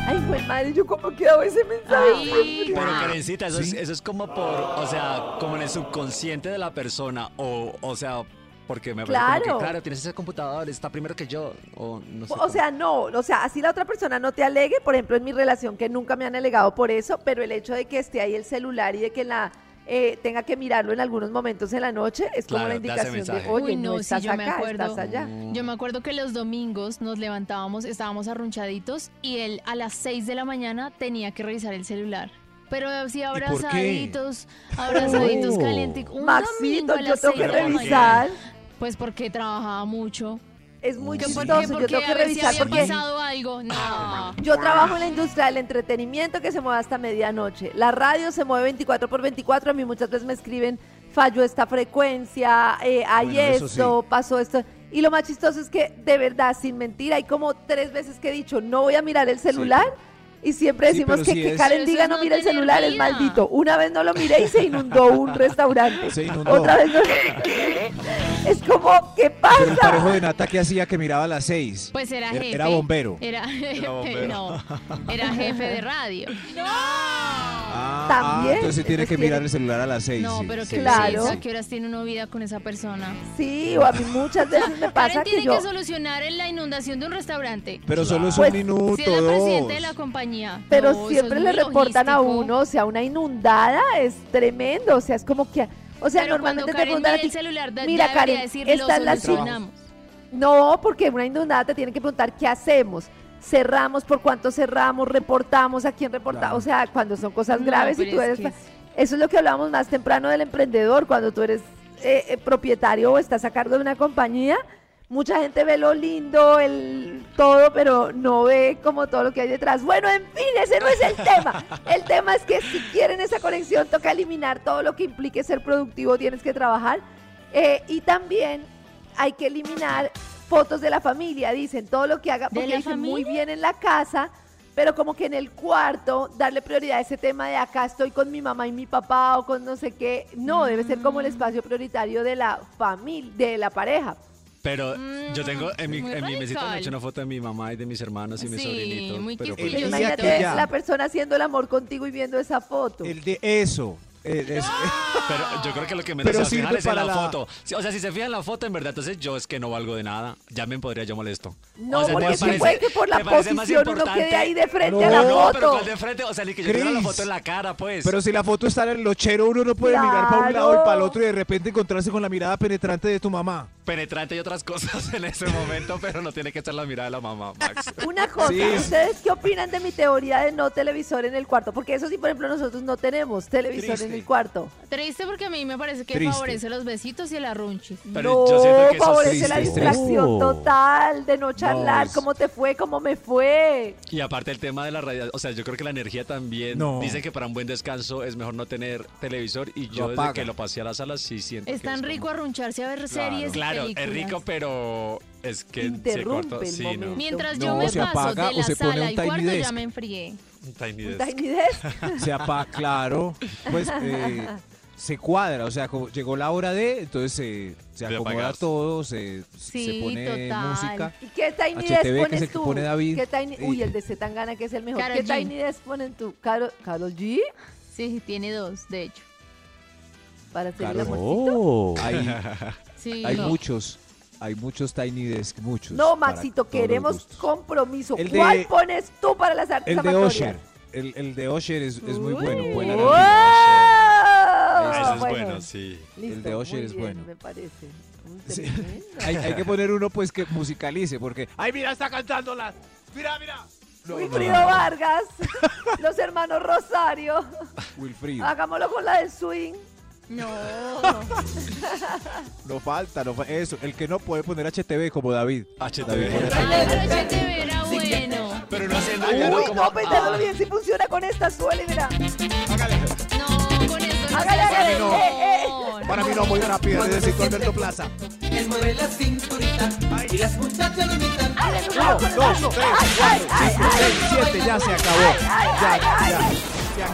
S5: relación. Ay, güey, madre, yo cómo quedó ese mensaje.
S4: Pero Karencita, eso, es, eso es como por, o sea, como en el subconsciente de la persona, o, o sea, porque me parece como
S5: Claro.
S4: que, claro, tienes ese computador, está primero que yo, o no sé.
S5: O
S4: cómo.
S5: sea, no, o sea, así la otra persona no te alegue, por ejemplo, en mi relación que nunca me han alegado por eso, pero el hecho de que esté ahí el celular y de que la eh, tenga que mirarlo en algunos momentos en la noche es como la
S4: Claro, te hace
S5: indicación de,
S4: mensaje. Mm.
S5: oye,
S3: Uy,
S5: no,
S3: no, sí,
S5: estás
S3: yo me
S5: acá,
S3: acuerdo.
S5: estás allá.
S3: Yo me acuerdo que los domingos nos levantábamos, estábamos arrunchaditos y él a las 6 de la mañana tenía que revisar el celular. Pero así
S9: qué?
S3: abrazaditos, abrazaditos
S9: Oh.
S3: calientes. Un domingo
S5: Maxito,
S3: a
S5: yo
S3: las
S5: tengo
S3: 6
S5: que
S3: de la
S5: revisar.
S3: mañana. Pues porque trabajaba mucho.
S5: Es muy
S3: Que porque-
S5: chistoso, yo
S3: porque
S5: tengo que
S3: a ver
S5: revisar
S3: si había
S5: porque
S3: pasado algo. No.
S5: yo trabajo en la industria del entretenimiento que se mueve hasta medianoche. La radio se mueve 24 por 24, a mí muchas veces me escriben, falló esta frecuencia, eh, hay
S9: Bueno, eso
S5: esto, pasó esto. Y lo más chistoso es que, de verdad, sin mentir, hay como tres veces que he dicho, no voy a mirar el celular. Y siempre
S9: Sí,
S5: decimos
S9: pero
S5: que,
S9: si
S5: que
S9: es-
S5: Karen
S9: Pero
S5: diga no mira el celular, es maldito. Una vez no lo miré y se inundó un restaurante.
S1: Se inundó.
S5: Otra vez no. es como, ¿qué
S1: Pero el
S5: pasa?
S1: parejo de Nata que hacía que miraba a las seis.
S3: Pues era
S1: Era-
S3: jefe.
S1: era bombero.
S3: Era jefe,
S1: bombero.
S3: no. Era jefe de radio.
S1: Ah,
S3: También,
S1: ah, entonces tiene
S3: entonces
S1: que
S3: tiene-
S1: mirar el celular a las seis.
S3: No,
S1: sí,
S3: pero
S1: sí,
S3: qué
S1: sí,
S3: claro.
S1: sí.
S3: ¿a qué horas tiene uno vida con esa persona?
S5: Sí, o a mí muchas veces me pasa
S3: Karen tiene
S5: que
S3: que,
S5: yo...
S3: solucionar en la inundación de un restaurante.
S1: Pero solo es un minuto,
S3: Si es la
S1: dos.
S3: presidenta de la
S5: Pues,
S3: compañía.
S5: Pero
S3: No, eso es
S5: siempre le
S3: muy
S5: reportan a
S3: logístico.
S5: uno, o sea, una inundada es tremendo, o sea, es como que, o sea,
S3: Pero cuando
S5: normalmente te
S3: Karen
S5: preguntan a
S3: mire
S5: ti,
S3: el celular, da-
S5: mira
S3: ya debería
S5: Karen,
S3: decir, lo
S5: esta es la
S3: solucionamos".
S5: No, porque una inundada te tienen que preguntar qué hacemos, cerramos, por cuánto cerramos, reportamos, a quién reportamos, o sea, cuando son cosas
S3: No,
S5: graves y
S3: pero
S5: tú
S3: es
S5: eres,
S3: que es-
S5: eso es lo que hablábamos más temprano del emprendedor, cuando tú eres eh, eh, propietario o estás a cargo de una compañía. Mucha gente ve lo lindo, el todo, pero no ve como todo lo que hay detrás. Bueno, en fin, ese no es el tema. El tema es que si quieren esa conexión, toca eliminar todo lo que implique ser productivo, tienes que trabajar. Eh, y también hay que eliminar fotos de la familia, dicen, todo lo que haga,
S3: ¿De
S5: porque
S3: la
S5: dicen muy
S3: familia?
S5: bien en la casa, pero como que en el cuarto darle prioridad a ese tema de acá estoy con mi mamá y mi papá o con no sé qué. No, debe ser como el espacio prioritario de la familia, de la pareja.
S4: Pero yo tengo en mi,
S5: mm, muy
S4: en mi mesita
S5: radical.
S4: me he hecho una foto de mi mamá y de mis hermanos y mis
S5: Sí,
S4: sobrinitos.
S3: muy
S4: pero pues-
S5: Imagínate la persona haciendo el amor contigo y viendo esa foto.
S1: El de eso. eh, es-
S4: Pero yo creo que lo que menos
S1: Pero
S4: se va a
S1: sirve
S4: fijar es en
S1: para
S4: la,
S1: la-
S4: foto. Sí, O sea, si se fijan en la foto, en verdad, entonces yo es que no valgo de nada. Ya me podría yo molesto.
S5: No,
S4: o sea,
S5: porque
S4: ¿te
S5: sí
S4: parece-
S5: puede que por la
S4: te parece más
S5: posición uno
S4: importante?
S5: quede ahí de frente a la
S4: No, pero
S5: foto.
S4: ¿cuál de frente? O sea, ni que yo tuviera la
S1: Cris.
S4: foto en la cara, pues.
S1: Pero si la foto está en el lochero, uno no puede mirar para un lado y para el otro y de repente encontrarse con la mirada penetrante de tu mamá.
S4: Penetrante y otras cosas en ese momento, pero no tiene que estar la mirada de la mamá, Max.
S5: Una cosa,
S4: Sí.
S5: ¿ustedes qué opinan de mi teoría de no televisor en el cuarto? Porque eso sí, por ejemplo, nosotros no tenemos televisor en
S4: Triste.
S5: el cuarto.
S3: Triste porque a mí me parece que
S5: Triste.
S3: favorece los besitos y el arrunchis.
S5: no, favorece la
S4: triste,
S5: distracción
S4: triste.
S5: total de no
S1: Oh,
S5: charlar,
S4: es-
S5: cómo te fue, cómo me fue.
S4: Y aparte el tema de la radio, o sea, yo creo que la energía también
S1: No.
S4: dice que para un buen descanso es mejor no tener televisor y yo desde
S1: apaga.
S4: que lo pasé a la sala sí siento
S3: Es
S4: que
S3: tan rico arruncharse a ver series y
S4: Claro, es
S3: películas.
S4: rico, pero es que se
S3: Interrumpe
S4: cortó.
S3: el
S4: Sí, no.
S3: Mientras yo
S1: No,
S3: me
S1: se
S3: paso
S1: apaga
S3: de
S1: o
S3: la
S1: se pone
S3: sala
S1: un
S3: al
S1: tiny
S3: cuarto ya
S1: desk.
S3: me enfrié.
S4: Un tiny desk.
S5: Tiny desk.
S1: Se apa, claro. Pues eh, se cuadra, o sea, como llegó la hora de, entonces se- se acomoda
S4: apagar.
S1: todo, se,
S5: Sí,
S1: se pone
S5: total.
S1: música.
S5: ¿Y qué Tiny
S1: HTV,
S5: Desk
S1: que
S5: pones
S1: es el que
S5: tú?
S1: pone David.
S5: ¿Qué tiny...
S1: Y-
S5: Uy, el de Zetangana que es el mejor.
S3: Karol
S5: ¿Qué
S3: G.
S5: Tiny Desk ponen tú? ¿Carol, Karol G?
S3: Sí, tiene dos, de hecho.
S5: Para hacer
S1: Claro.
S5: el amor.
S4: Oh.
S1: Hay,
S3: Sí.
S1: hay
S3: No.
S1: muchos, hay muchos Tiny Desk, muchos.
S5: No,
S1: para
S5: Maxito,
S1: todos los
S5: queremos
S1: gustos.
S5: compromiso.
S1: El
S5: ¿Cuál
S1: de-
S5: pones tú para las artes
S1: El de
S5: amatorias?
S1: Osher. el, el de Osher es, es muy bueno.
S5: Uy.
S1: buena
S5: ¡Wow!
S1: analogía.
S5: Ese es Bueno. bueno,
S4: sí.
S1: el de Osher es bueno.
S5: Me parece. Uy,
S1: Sí.
S5: tremendo.
S1: Hay, hay que poner uno pues que musicalice, porque
S9: Ay, mira, está cantándola. Mira, mira.
S1: No,
S5: Wilfrido
S1: no, no.
S5: Vargas, los hermanos Rosario.
S1: Wilfrido.
S5: Hagámoslo con la del swing.
S3: No.
S1: No falta, no fa- Eso, el que no puede poner HTV como David. David pone
S4: HTV.
S3: Ah, pero ese te verá bueno.
S4: Pero no hace
S5: Uy,
S4: nada. ¿no? Como- ah.
S5: no, pensándolo bien, si funciona con esta, suele, mira.
S3: No, con esto no
S5: Hágale,
S3: se hace
S5: hágale.
S3: amor.
S5: Eh, eh.
S1: Para mí no, muy rápido, necesito Alberto Plaza.
S10: Les mueve la cinturita y las muchachas lo imitan.
S1: Uno, dos, tres, cuatro, cinco, seis, siete, ya se acabó. Ya, ya.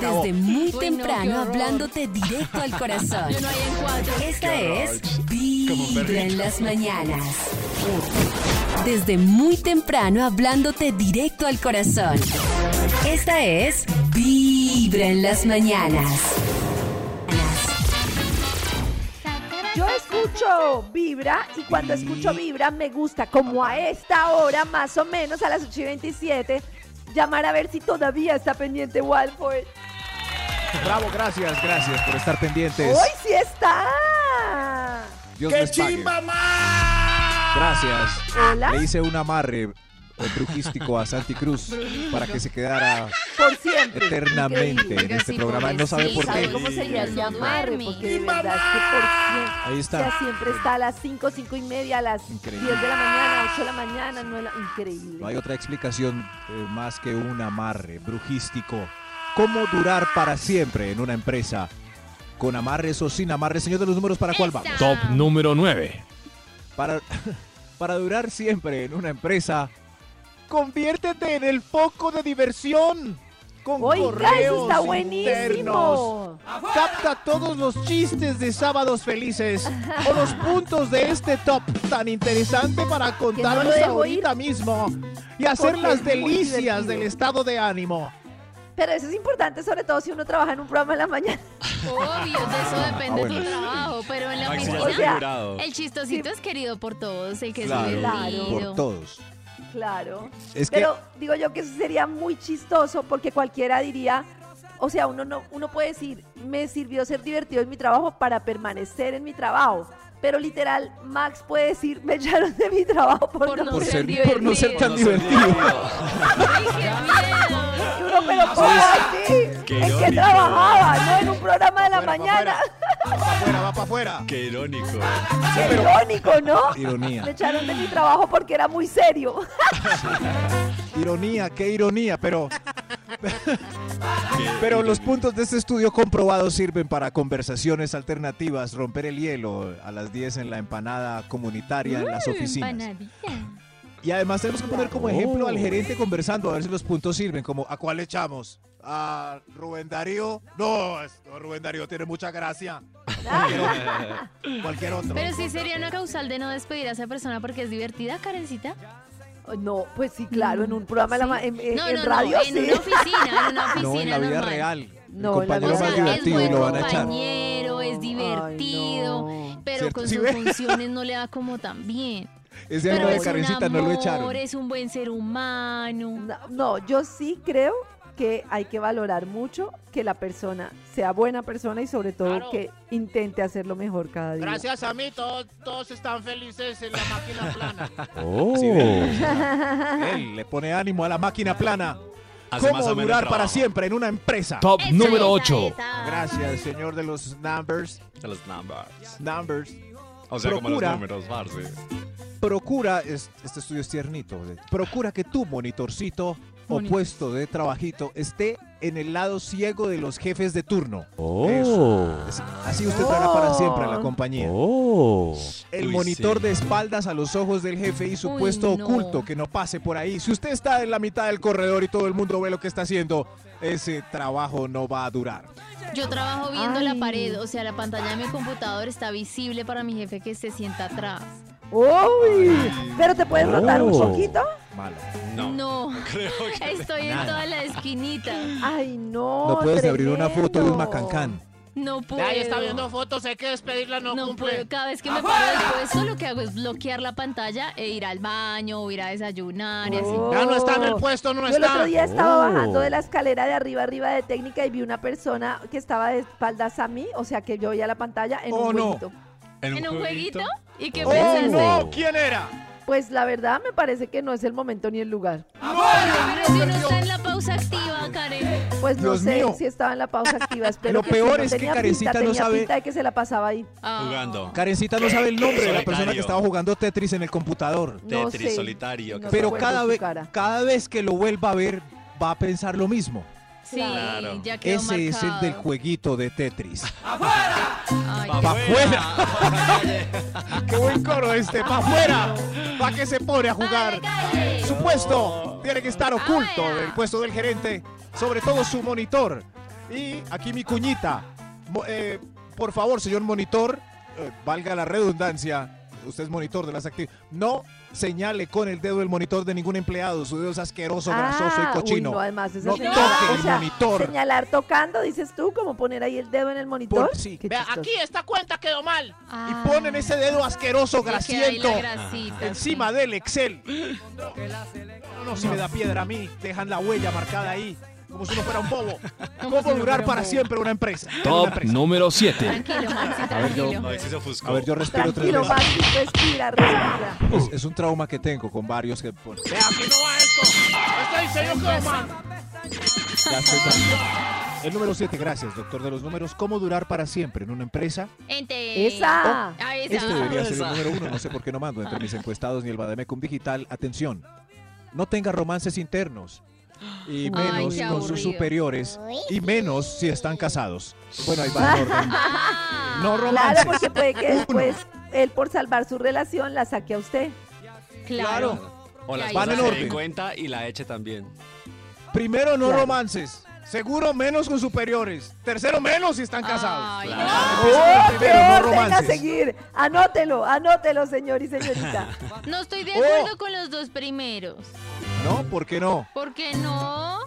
S7: Desde muy temprano hablándote directo al corazón.
S3: Yo no hay en cuatro.
S7: Esta es
S4: un perrito.
S7: Vibra en las mañanas. Desde muy temprano hablándote directo al corazón. Esta es Vibra en las mañanas.
S5: Yo escucho Vibra y cuando escucho Vibra me gusta, como a esta hora, más o menos a las 8 y 27, llamar a ver si todavía está pendiente Walford.
S1: Bravo, gracias, gracias por estar
S4: Pues,
S1: pendientes.
S5: ¡Hoy sí está!
S1: Dios
S9: ¡Qué
S1: les pague.
S9: chimba más!
S1: Gracias.
S5: Hola.
S1: Le hice un amarre eh, truquístico a Santi Cruz para que se quedara
S5: Por siempre.
S1: eternamente en
S5: Increíble.
S1: este programa. No sabe
S3: Sí,
S1: por
S5: ¿Sabe
S1: qué.
S5: cómo se
S3: Sí,
S5: llama? amarre?
S3: sí.
S5: Porque de verdad es que por siempre.
S1: Ahí
S5: O sea,
S1: está.
S5: siempre está a las 5, 5 y media, a las
S1: Increíble.
S5: 10 de la mañana, 8 de la mañana, 9 de la... Increíble.
S1: No hay otra explicación eh, más que un amarre brujístico. ¿Cómo durar para siempre en una empresa? ¿Con amarres o sin amarres? Señor de los números, ¿para cuál vamos?
S3: Top
S13: número 9.
S1: Para, para durar siempre en una empresa, conviértete en el foco de diversión. Con
S5: Oiga, eso está
S1: correos internos.
S5: buenísimo.
S1: Capta todos los chistes de sábados felices o los puntos de este top tan interesante para contarlos
S5: dejo
S1: ahorita mismo y hacer
S5: Porque
S1: las
S5: es muy
S1: delicias
S5: divertido.
S1: del estado de ánimo.
S5: Pero eso es importante, sobre todo si uno trabaja en un programa en la mañana.
S3: Obvio, de eso
S1: Ah,
S3: depende tu trabajo, pero en la
S4: Maxi, ya
S3: oficina
S4: está
S5: O sea,
S4: figurado.
S3: el chistosito es querido por todos, el que es
S5: Claro.
S3: divertido.
S1: por todos.
S5: Claro.
S1: Es que-
S5: Pero digo yo que eso sería muy chistoso porque cualquiera diría, o sea, uno no, uno puede decir, me sirvió ser divertido en mi trabajo para permanecer en mi trabajo. Pero literal, Max puede decir, me echaron de mi trabajo por,
S3: Por
S5: no,
S3: no
S1: Por,
S5: ser-
S1: ser,
S3: divertido.
S1: por no ser tan
S4: No sé,
S1: divertido.
S3: Ay, qué miedo.
S5: Y uno, pero ¿cómo así?
S4: qué
S5: ¿En qué
S4: irónico.
S5: trabajaba? No en un programa de la mañana.
S1: Afuera, va para afuera.
S4: Qué irónico.
S5: Qué irónico, ¿no? Me
S1: Ironía.
S5: echaron de mi trabajo porque era muy serio.
S1: Ironía, qué ironía, pero. Pero los puntos de este estudio comprobados sirven para conversaciones alternativas, romper el hielo a las 10 en la empanada comunitaria en las
S3: Mm,
S1: oficinas.
S3: empanadilla.
S1: Y además tenemos que poner como ejemplo al gerente conversando a ver si los puntos sirven, como ¿a cuál le echamos? ¿A Rubén Darío? No, es- no, Rubén Darío tiene mucha gracia. Cualquier otro. Cualquier otro.
S3: Pero sí sería una causal de no despedir a esa persona porque es divertida, Karencita.
S5: No, pues sí, claro, en un programa de la ma- en, en-
S3: no,
S5: en
S3: no,
S5: radio
S3: no,
S5: sí.
S3: en una oficina, en una oficina
S1: No, en la vida
S3: normal.
S1: real. El
S5: No, en la
S1: compañero
S5: vida
S1: más
S5: real.
S1: divertido
S3: es
S1: y
S3: buen
S1: lo van a echar.
S3: compañero, es divertido,
S5: Ay, no.
S3: pero
S1: ¿Cierto?
S3: con
S1: ¿Sí
S3: sus
S1: ve?
S3: funciones no le va como tan bien.
S1: Ese
S3: Pero
S1: alma de
S3: es un
S1: carencita no lo
S3: amor,
S1: echaron.
S3: es un buen ser humano.
S5: No, no, yo sí creo que hay que valorar mucho que la persona sea buena persona y sobre todo
S9: Claro.
S5: que intente hacerlo mejor cada día.
S9: Gracias a mí, todos, todos están felices en la máquina plana.
S1: Sí, ve. Oh. Él le pone ánimo a la máquina plana.
S4: Oh. Hace más
S1: ¿Cómo
S4: ameno el
S1: durar para
S4: trabajo.
S1: siempre en una empresa?
S13: Top
S3: Esa,
S13: número
S3: esa,
S13: 8.
S3: esa.
S1: Gracias, señor de los numbers.
S4: De los numbers.
S1: Numbers.
S4: O sea, como los
S1: Procura.
S4: números, parce.
S1: Procura, es- este estudio es tiernito, de- procura que tu monitorcito o puesto de trabajito esté en el lado ciego de los jefes de turno. Eso. Así- Así usted traerá para siempre a la compañía. El
S4: Uy,
S1: monitor
S4: sí.
S1: de espaldas a los ojos del jefe y su
S3: Uy,
S1: puesto
S3: no.
S1: oculto que no pase por ahí. Si usted está en la mitad del corredor y todo el mundo ve lo que está haciendo, ese trabajo no va a durar.
S3: Yo trabajo viendo
S5: Ay.
S3: la pared, o sea, la pantalla de mi computador está visible para mi jefe que se sienta atrás.
S5: ¡Uy! Pero te puedes rotar un poquito.
S1: Malo.
S4: No.
S3: No,
S4: Creo que.
S3: estoy en toda la esquinita.
S5: Ay, no.
S1: No puedes abrir una foto de un
S5: tremendo.
S1: macancán.
S3: No puedo.
S9: Ahí está viendo fotos, hay que despedirla, no,
S3: No
S9: cumple.
S3: puedo, cada vez que me paro
S9: ¡Afuera!
S3: después, eso lo que hago es bloquear la pantalla e ir al baño o ir a desayunar y así.
S9: Ya no está en el puesto, no
S5: Yo el
S9: está.
S5: otro día estaba
S9: Oh.
S5: bajando de la escalera de arriba arriba de técnica y vi una persona que estaba de espaldas a mí, o sea que yo veía la pantalla en
S1: Oh,
S5: un
S1: no.
S5: jueguito.
S3: ¿En un, jueguito? ¿Y qué
S5: Oh,
S3: pensaste?
S5: no,
S1: ¿Quién era?
S5: Pues la verdad me parece que no es el momento ni el lugar.
S3: Pero si uno está en la pausa activa, Karen.
S5: Pues no
S1: Dios
S5: sé
S1: mío.
S5: si estaba en la pausa activa, espero
S1: Lo
S5: que
S1: peor
S5: sí, no
S1: es que
S5: tenía
S1: Karencita
S5: pinta,
S1: no
S5: tenía
S1: sabe-
S5: pinta de que se la pasaba ahí.
S3: Ah.
S4: Jugando.
S1: Karencita no sabe el nombre de la persona que
S4: Solitario.
S1: estaba jugando Tetris en el computador.
S5: No
S4: Tetris,
S5: sé.
S4: solitario.
S5: No
S1: Pero
S5: recuerdo
S1: cada
S5: su
S1: vez,
S5: cara.
S1: cada vez que lo vuelva a ver, va a pensar lo mismo.
S3: Sí,
S4: Claro.
S1: Eh,
S3: ya quedó
S1: Ese es el
S3: marcado.
S1: del jueguito de Tetris.
S3: Ay,
S1: ¡Pa' afuera! ¡Qué buen coro este! ¡Pa' afuera! ¿Para qué se pone a jugar? Su puesto tiene que estar oculto del puesto del gerente, sobre todo su monitor. Y aquí mi cuñita. Mo- eh, por favor, señor monitor, eh, valga la redundancia, usted es monitor de las actividades. No señale con el dedo el monitor de ningún empleado. Su dedo es asqueroso, grasoso y
S5: Ah, uy,
S1: cochino.
S5: no, además esa
S1: No
S5: señora-
S1: toque
S5: o
S1: el
S5: sea,
S1: monitor.
S5: Señalar tocando, dices tú, como poner ahí el dedo en el monitor.
S1: Por- sí.
S5: Qué
S9: Vea,
S5: chistoso.
S9: aquí esta cuenta quedó mal.
S1: Y ponen ese dedo asqueroso, grasiento, encima del Excel. No, no, si me da piedra a mí, dejan la huella marcada ahí, como si uno fuera un bobo. ¿Cómo durar para siempre una empresa?
S13: Top número 7.
S3: Tranquilo, Maxi,
S1: A ver, yo-
S3: tranquilo.
S4: No, ese se ofuscó.
S1: A ver, yo respiro tres
S5: Tranquilo,
S1: veces.
S5: Maxi, respira, respira.
S1: Es, es un trauma que tengo con varios que... pues, por-
S9: Vea, aquí no va esto. Este diseño quedó mal.
S1: ya estoy tan- El número 7, gracias, doctor de los números. ¿Cómo durar para siempre en una empresa?
S3: Ente.
S5: Esa.
S3: Ah, esa.
S1: Este debería ser el número uno. No sé por qué no mando entre mis encuestados ni el Bademecum Digital. Atención, no tenga romances internos. Y
S3: Ay,
S1: menos
S3: qué
S1: con sus
S3: aburrido.
S1: superiores. Y menos si están casados. Bueno, ahí va. el orden.
S3: Ah,
S1: No romances.
S5: Claro, porque puede que después él por salvar su relación la saque a usted.
S3: claro.
S4: O las
S3: Ya,
S1: Van
S4: van
S1: en
S4: en
S1: orden.
S4: cuenta y la eche también.
S1: Primero, no romances. Segundo, menos con superiores. Tercero, menos si están casados.
S3: Ay,
S1: Empieza
S5: ¡Oh,
S1: con
S5: qué
S1: primero, no
S5: orden a
S1: romances.
S5: seguir! Anótelo, anótelo, señor y señorita.
S3: No estoy de
S1: Oh.
S3: acuerdo con los dos primeros.
S1: No, ¿por qué no?
S3: ¿Por qué no?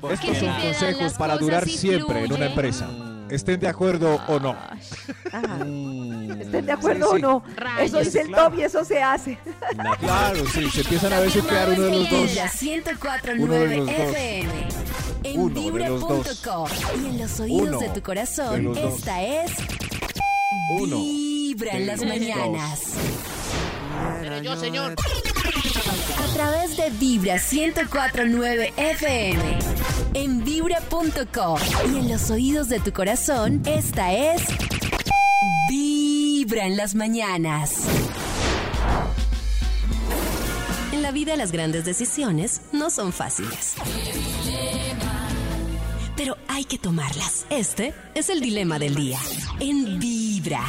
S4: Porque
S1: Estos son
S3: si te dan
S1: consejos
S3: las
S1: para
S3: cosas
S1: durar
S3: y
S1: siempre en una
S3: fluyen.
S1: empresa. Estén de acuerdo o no.
S5: Ajá. ¿Estén de acuerdo
S1: Sí, sí.
S5: o no?
S3: Rayos.
S5: Eso es el
S1: Sí, claro.
S5: top y eso se hace.
S1: Claro, sí, se empiezan a besuquear uno de los dos.
S7: La
S1: Uno de
S7: 1049
S1: los dos.
S7: FM. En
S1: Uno de los dos.
S7: vibra.com. Y en los oídos
S1: Uno
S7: de tu
S1: de
S7: corazón,
S1: los dos.
S7: esta es
S1: Uno
S7: Vibra
S1: de
S7: en las
S1: los
S7: mañanas.
S9: Pero yo, señor.
S7: A través de Vibra 1049 FM. En vibra.com. Y en los oídos de tu corazón, esta es Vibra en las mañanas.
S8: En la vida las grandes decisiones no son fáciles. Pero hay que tomarlas. Este es el dilema del día. En Vibra.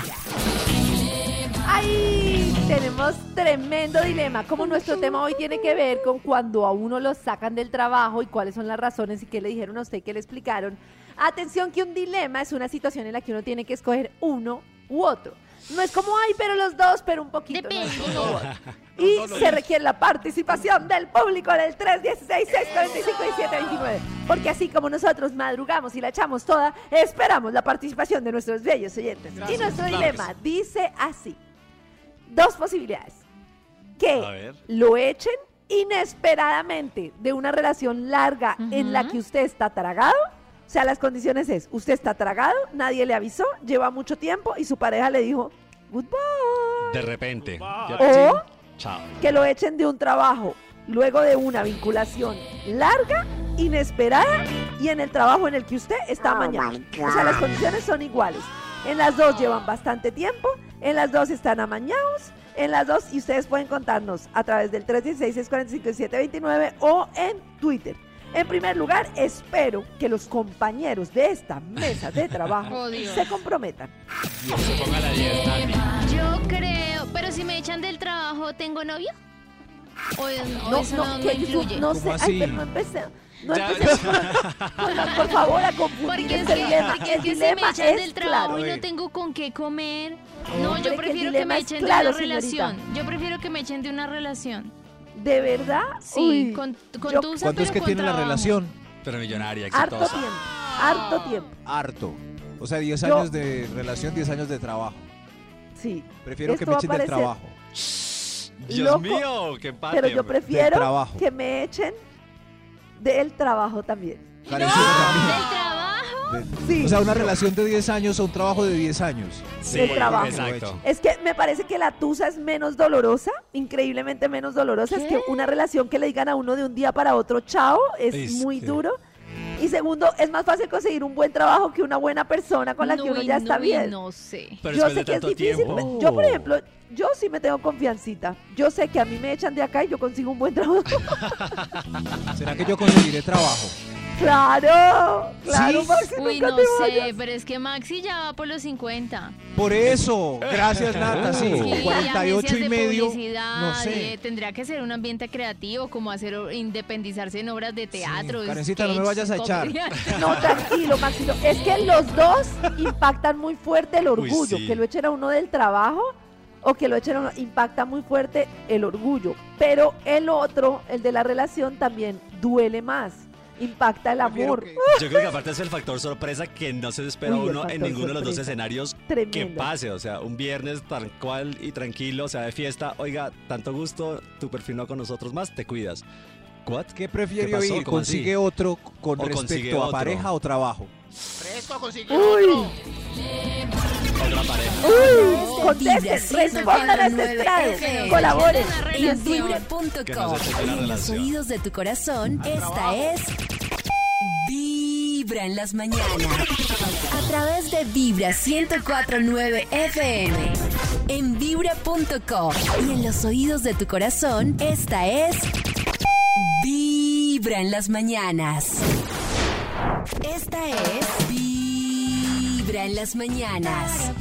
S5: ¡Ay! Tenemos tremendo dilema. Como nuestro tema hoy tiene que ver con cuando a uno lo sacan del trabajo y cuáles son las razones y qué le dijeron a usted y qué le explicaron. Atención que un dilema es una situación en la que uno tiene que escoger uno u otro. No es como, ay, pero los dos, pero un poquito. no,
S3: Depende.
S5: es uno u otro. Y se requiere la participación del público en el 316-645-1729. Porque así como nosotros madrugamos y la echamos toda, esperamos la participación de nuestros bellos oyentes. y
S4: Gracias,
S5: nuestro
S4: claro que
S5: dilema dice así dos posibilidades.
S4: A
S5: Que
S4: ver.
S5: lo echen inesperadamente de una relación larga en la que usted está tragado. O sea, las condiciones es, usted está tragado, nadie le avisó, lleva mucho tiempo y su pareja le dijo, goodbye.
S4: De repente. Ya-
S5: O
S4: Chao.
S5: que lo echen de un trabajo, luego de una vinculación larga, inesperada y en el trabajo en el que usted está mañana. O sea, las condiciones son iguales. En las dos llevan bastante tiempo, en las dos están amañados, en las dos y ustedes pueden contarnos a través del 316-645-729 o en Twitter. En primer lugar, espero que los compañeros de esta mesa de trabajo
S3: Oh, Dios.
S5: se comprometan.
S3: Yo creo, pero si me echan del trabajo, ¿tengo novio? O, o
S5: No,
S3: eso
S5: no,
S3: no, me
S5: que yo-
S3: influye.
S5: no sé,
S1: ¿Cómo
S5: ay,
S1: así?
S5: pero no empecé. No
S4: Ya,
S5: empecé por, por favor, a confundir
S3: Porque es
S5: este
S3: que,
S5: dilema.
S3: porque es
S5: el
S3: que si me
S5: dilema
S3: echan
S5: es
S3: del trabajo
S5: claro.
S3: y no tengo con qué comer. No,
S5: Hombre, que
S3: yo
S5: el
S3: prefiero que,
S5: dilema
S3: me
S5: es
S3: echen
S5: claro,
S3: de una
S5: señorita.
S3: relación. Yo prefiero que me echen de una relación.
S5: ¿De verdad?
S3: Sí,
S5: Uy,
S3: con, con
S5: yo-
S3: tusa,
S1: ¿Cuánto es
S3: pero
S1: que
S3: con
S1: tiene la
S3: trabajo.
S1: relación?
S4: Pero millonaria,
S5: harto
S4: exitosa.
S5: tiempo, harto tiempo.
S1: Harto. O sea, 10
S5: Yo-
S1: años de relación, 10 años de trabajo.
S5: Sí.
S1: Prefiero que
S5: esto
S1: me
S5: va a
S1: echen del
S5: parecer
S1: trabajo.
S4: Dios
S5: loco,
S4: mío, qué padre.
S5: Pero yo
S4: hombre.
S5: prefiero
S1: trabajo.
S5: que me echen del trabajo también.
S1: O sea, una relación de 10 años o un trabajo de 10 años.
S5: del trabajo. Es que me parece que la tusa es menos dolorosa, increíblemente menos dolorosa. Es que una relación que le digan a uno de un día para otro chao es
S1: Es
S5: muy
S1: que-
S5: duro. Y segundo, es más fácil conseguir un buen trabajo que una buena persona con la que
S3: No,
S5: uno
S3: y
S5: ya está
S3: no, y
S5: bien.
S3: No sé.
S4: Pero
S5: yo
S4: después
S5: sé
S4: de
S5: que es
S4: tanto
S5: difícil.
S4: tiempo.
S5: pero Yo, por ejemplo, yo sí me tengo confiancita. Yo sé que a mí me echan de acá y yo consigo un buen trabajo.
S1: ¿Será que yo conseguiré trabajo?
S5: claro, claro,
S1: Sí.
S5: Maxi,
S3: Uy,
S5: nunca
S3: no
S5: te
S3: sé,
S5: vayas.
S3: pero es que Maxi ya va por los 50.
S1: Por eso. Gracias, Nata. Sí,
S3: Sí,
S1: con 48
S3: agencias
S1: y
S3: de
S1: medio.
S3: publicidad,
S1: No sé.
S3: eh, tendría que ser un ambiente creativo, como hacer o- independizarse en obras de teatro. de
S1: Karencita, no me
S3: sketch,
S1: vayas a echar.
S3: comedias.
S5: No, tranquilo, Maxito. Es que los dos impactan muy fuerte el orgullo.
S1: sí.
S5: Que lo echen a uno del trabajo o que lo echen a uno, impacta muy fuerte el orgullo. Pero el otro, el de la relación, también duele más. Impacta el amor.
S4: Yo creo que aparte es el factor sorpresa que no se espera
S5: Uy, el
S4: uno en
S5: factor
S4: ninguno de los dos
S5: sorpresa.
S4: escenarios que
S5: Tremendo.
S4: pase. O sea, un viernes tal cual y tranquilo, o sea, de fiesta. Oiga, tanto gusto, tu perfil no con nosotros más, te cuidas. ¿What?
S1: ¿Qué prefiero
S4: pasó?
S1: ir?
S4: ¿Cómo así?
S1: ¿Consigue otro con
S4: O consigue
S1: respecto
S4: otro.
S1: a pareja o trabajo?
S9: Fresco, consigue
S5: Uy,
S4: Otra pareja.
S5: uy, contesten, respondan a este estrado, colaboren.
S7: En
S4: Que no se cheque la
S7: vibra.com. En los
S4: relación.
S7: oídos de tu corazón, esta es Vibra en las mañanas. A través de Vibra 1049 FM. En vibra.com. Y en los oídos de tu corazón, esta es Vibra en las mañanas. Esta es Vibra en las mañanas.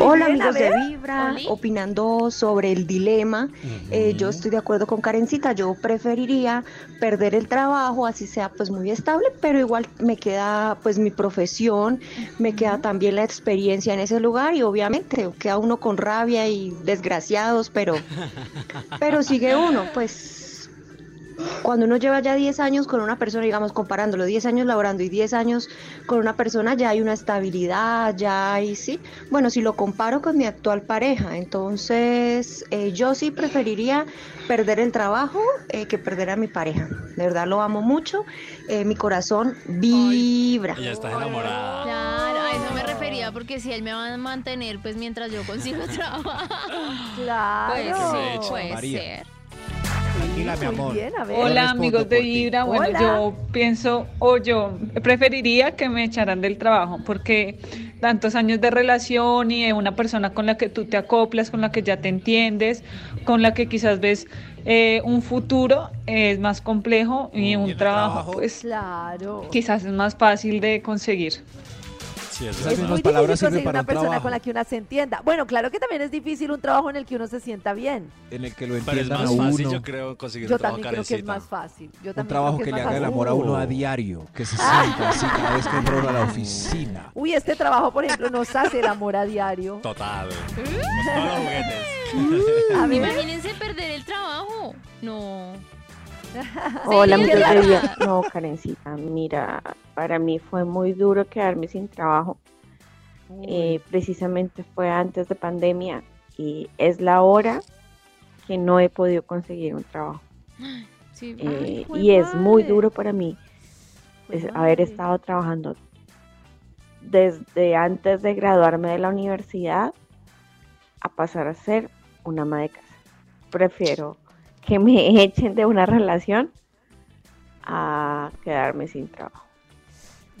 S14: Hola
S7: Bien, a
S14: amigos de
S7: ver.
S14: Vibra, opinando sobre el dilema, eh, yo estoy de acuerdo con Karencita, yo preferiría perder el trabajo, así sea pues muy estable, pero igual me queda pues mi profesión, me queda también la experiencia en ese lugar y obviamente queda uno con rabia y desgraciados, pero, pero sigue uno, pues cuando uno lleva ya 10 años con una persona, digamos, comparándolo, 10 años laborando y 10 años con una persona, ya hay una estabilidad, ya hay, sí. Bueno, si lo comparo con mi actual pareja, entonces eh, yo sí preferiría perder el trabajo eh, que perder a mi pareja. De verdad lo amo mucho, eh, mi corazón vibra.
S4: Ella está enamorada.
S3: Claro, a eso me refería, porque si él me va a mantener, pues mientras yo consigo trabajo.
S5: Claro.
S3: Puede
S5: Que
S3: ser,
S5: se eche,
S3: puede
S1: María.
S3: ser.
S1: Tranquila, mi amor.
S15: Hola amigos de Vibra, bueno
S5: Hola.
S15: yo pienso o yo preferiría que me echaran del trabajo porque tantos años de relación y de una persona con la que tú te acoplas, con la que ya te entiendes, con la que quizás ves eh, un futuro eh, es más complejo y un trabajo, pues
S5: Claro.
S15: quizás es más fácil de conseguir.
S1: Esas
S5: Es
S1: mismas
S5: muy
S1: palabras
S5: difícil conseguir
S1: sirven para
S5: una
S1: un
S5: persona
S1: trabajo
S5: con la que una se entienda. Bueno, claro que también es difícil un trabajo en el que uno se sienta bien.
S1: en el que lo
S4: Pero es
S1: entiendan a
S4: más
S1: uno.
S4: fácil, yo creo, conseguir
S5: Yo
S4: un trabajo
S5: también creo que es
S4: carecita.
S5: más fácil. Yo
S1: Un
S5: también
S1: trabajo
S5: creo Ah.
S1: que
S5: es
S1: le
S5: más
S1: haga el amor a
S5: fácil.
S1: uno a diario, que se sienta así cada vez que entra uno a la oficina.
S5: Uy, este trabajo, por ejemplo, nos hace el amor a diario.
S4: Total. Como todos los juguetes.
S5: A ver.
S3: Imagínense perder el trabajo. No.
S16: Hola,
S3: Sí,
S16: amigos de
S3: ¿verdad?
S16: vida. No, Karencita, mira, para mí fue muy duro quedarme sin trabajo. Eh, precisamente fue antes de pandemia y es la hora que no he podido conseguir un trabajo.
S3: Sí.
S16: Eh,
S3: Ay,
S16: y es muy
S3: madre.
S16: duro para mí es haber estado trabajando desde antes de graduarme de la universidad a pasar a ser una ama de casa. Prefiero que me echen de una relación a quedarme sin trabajo.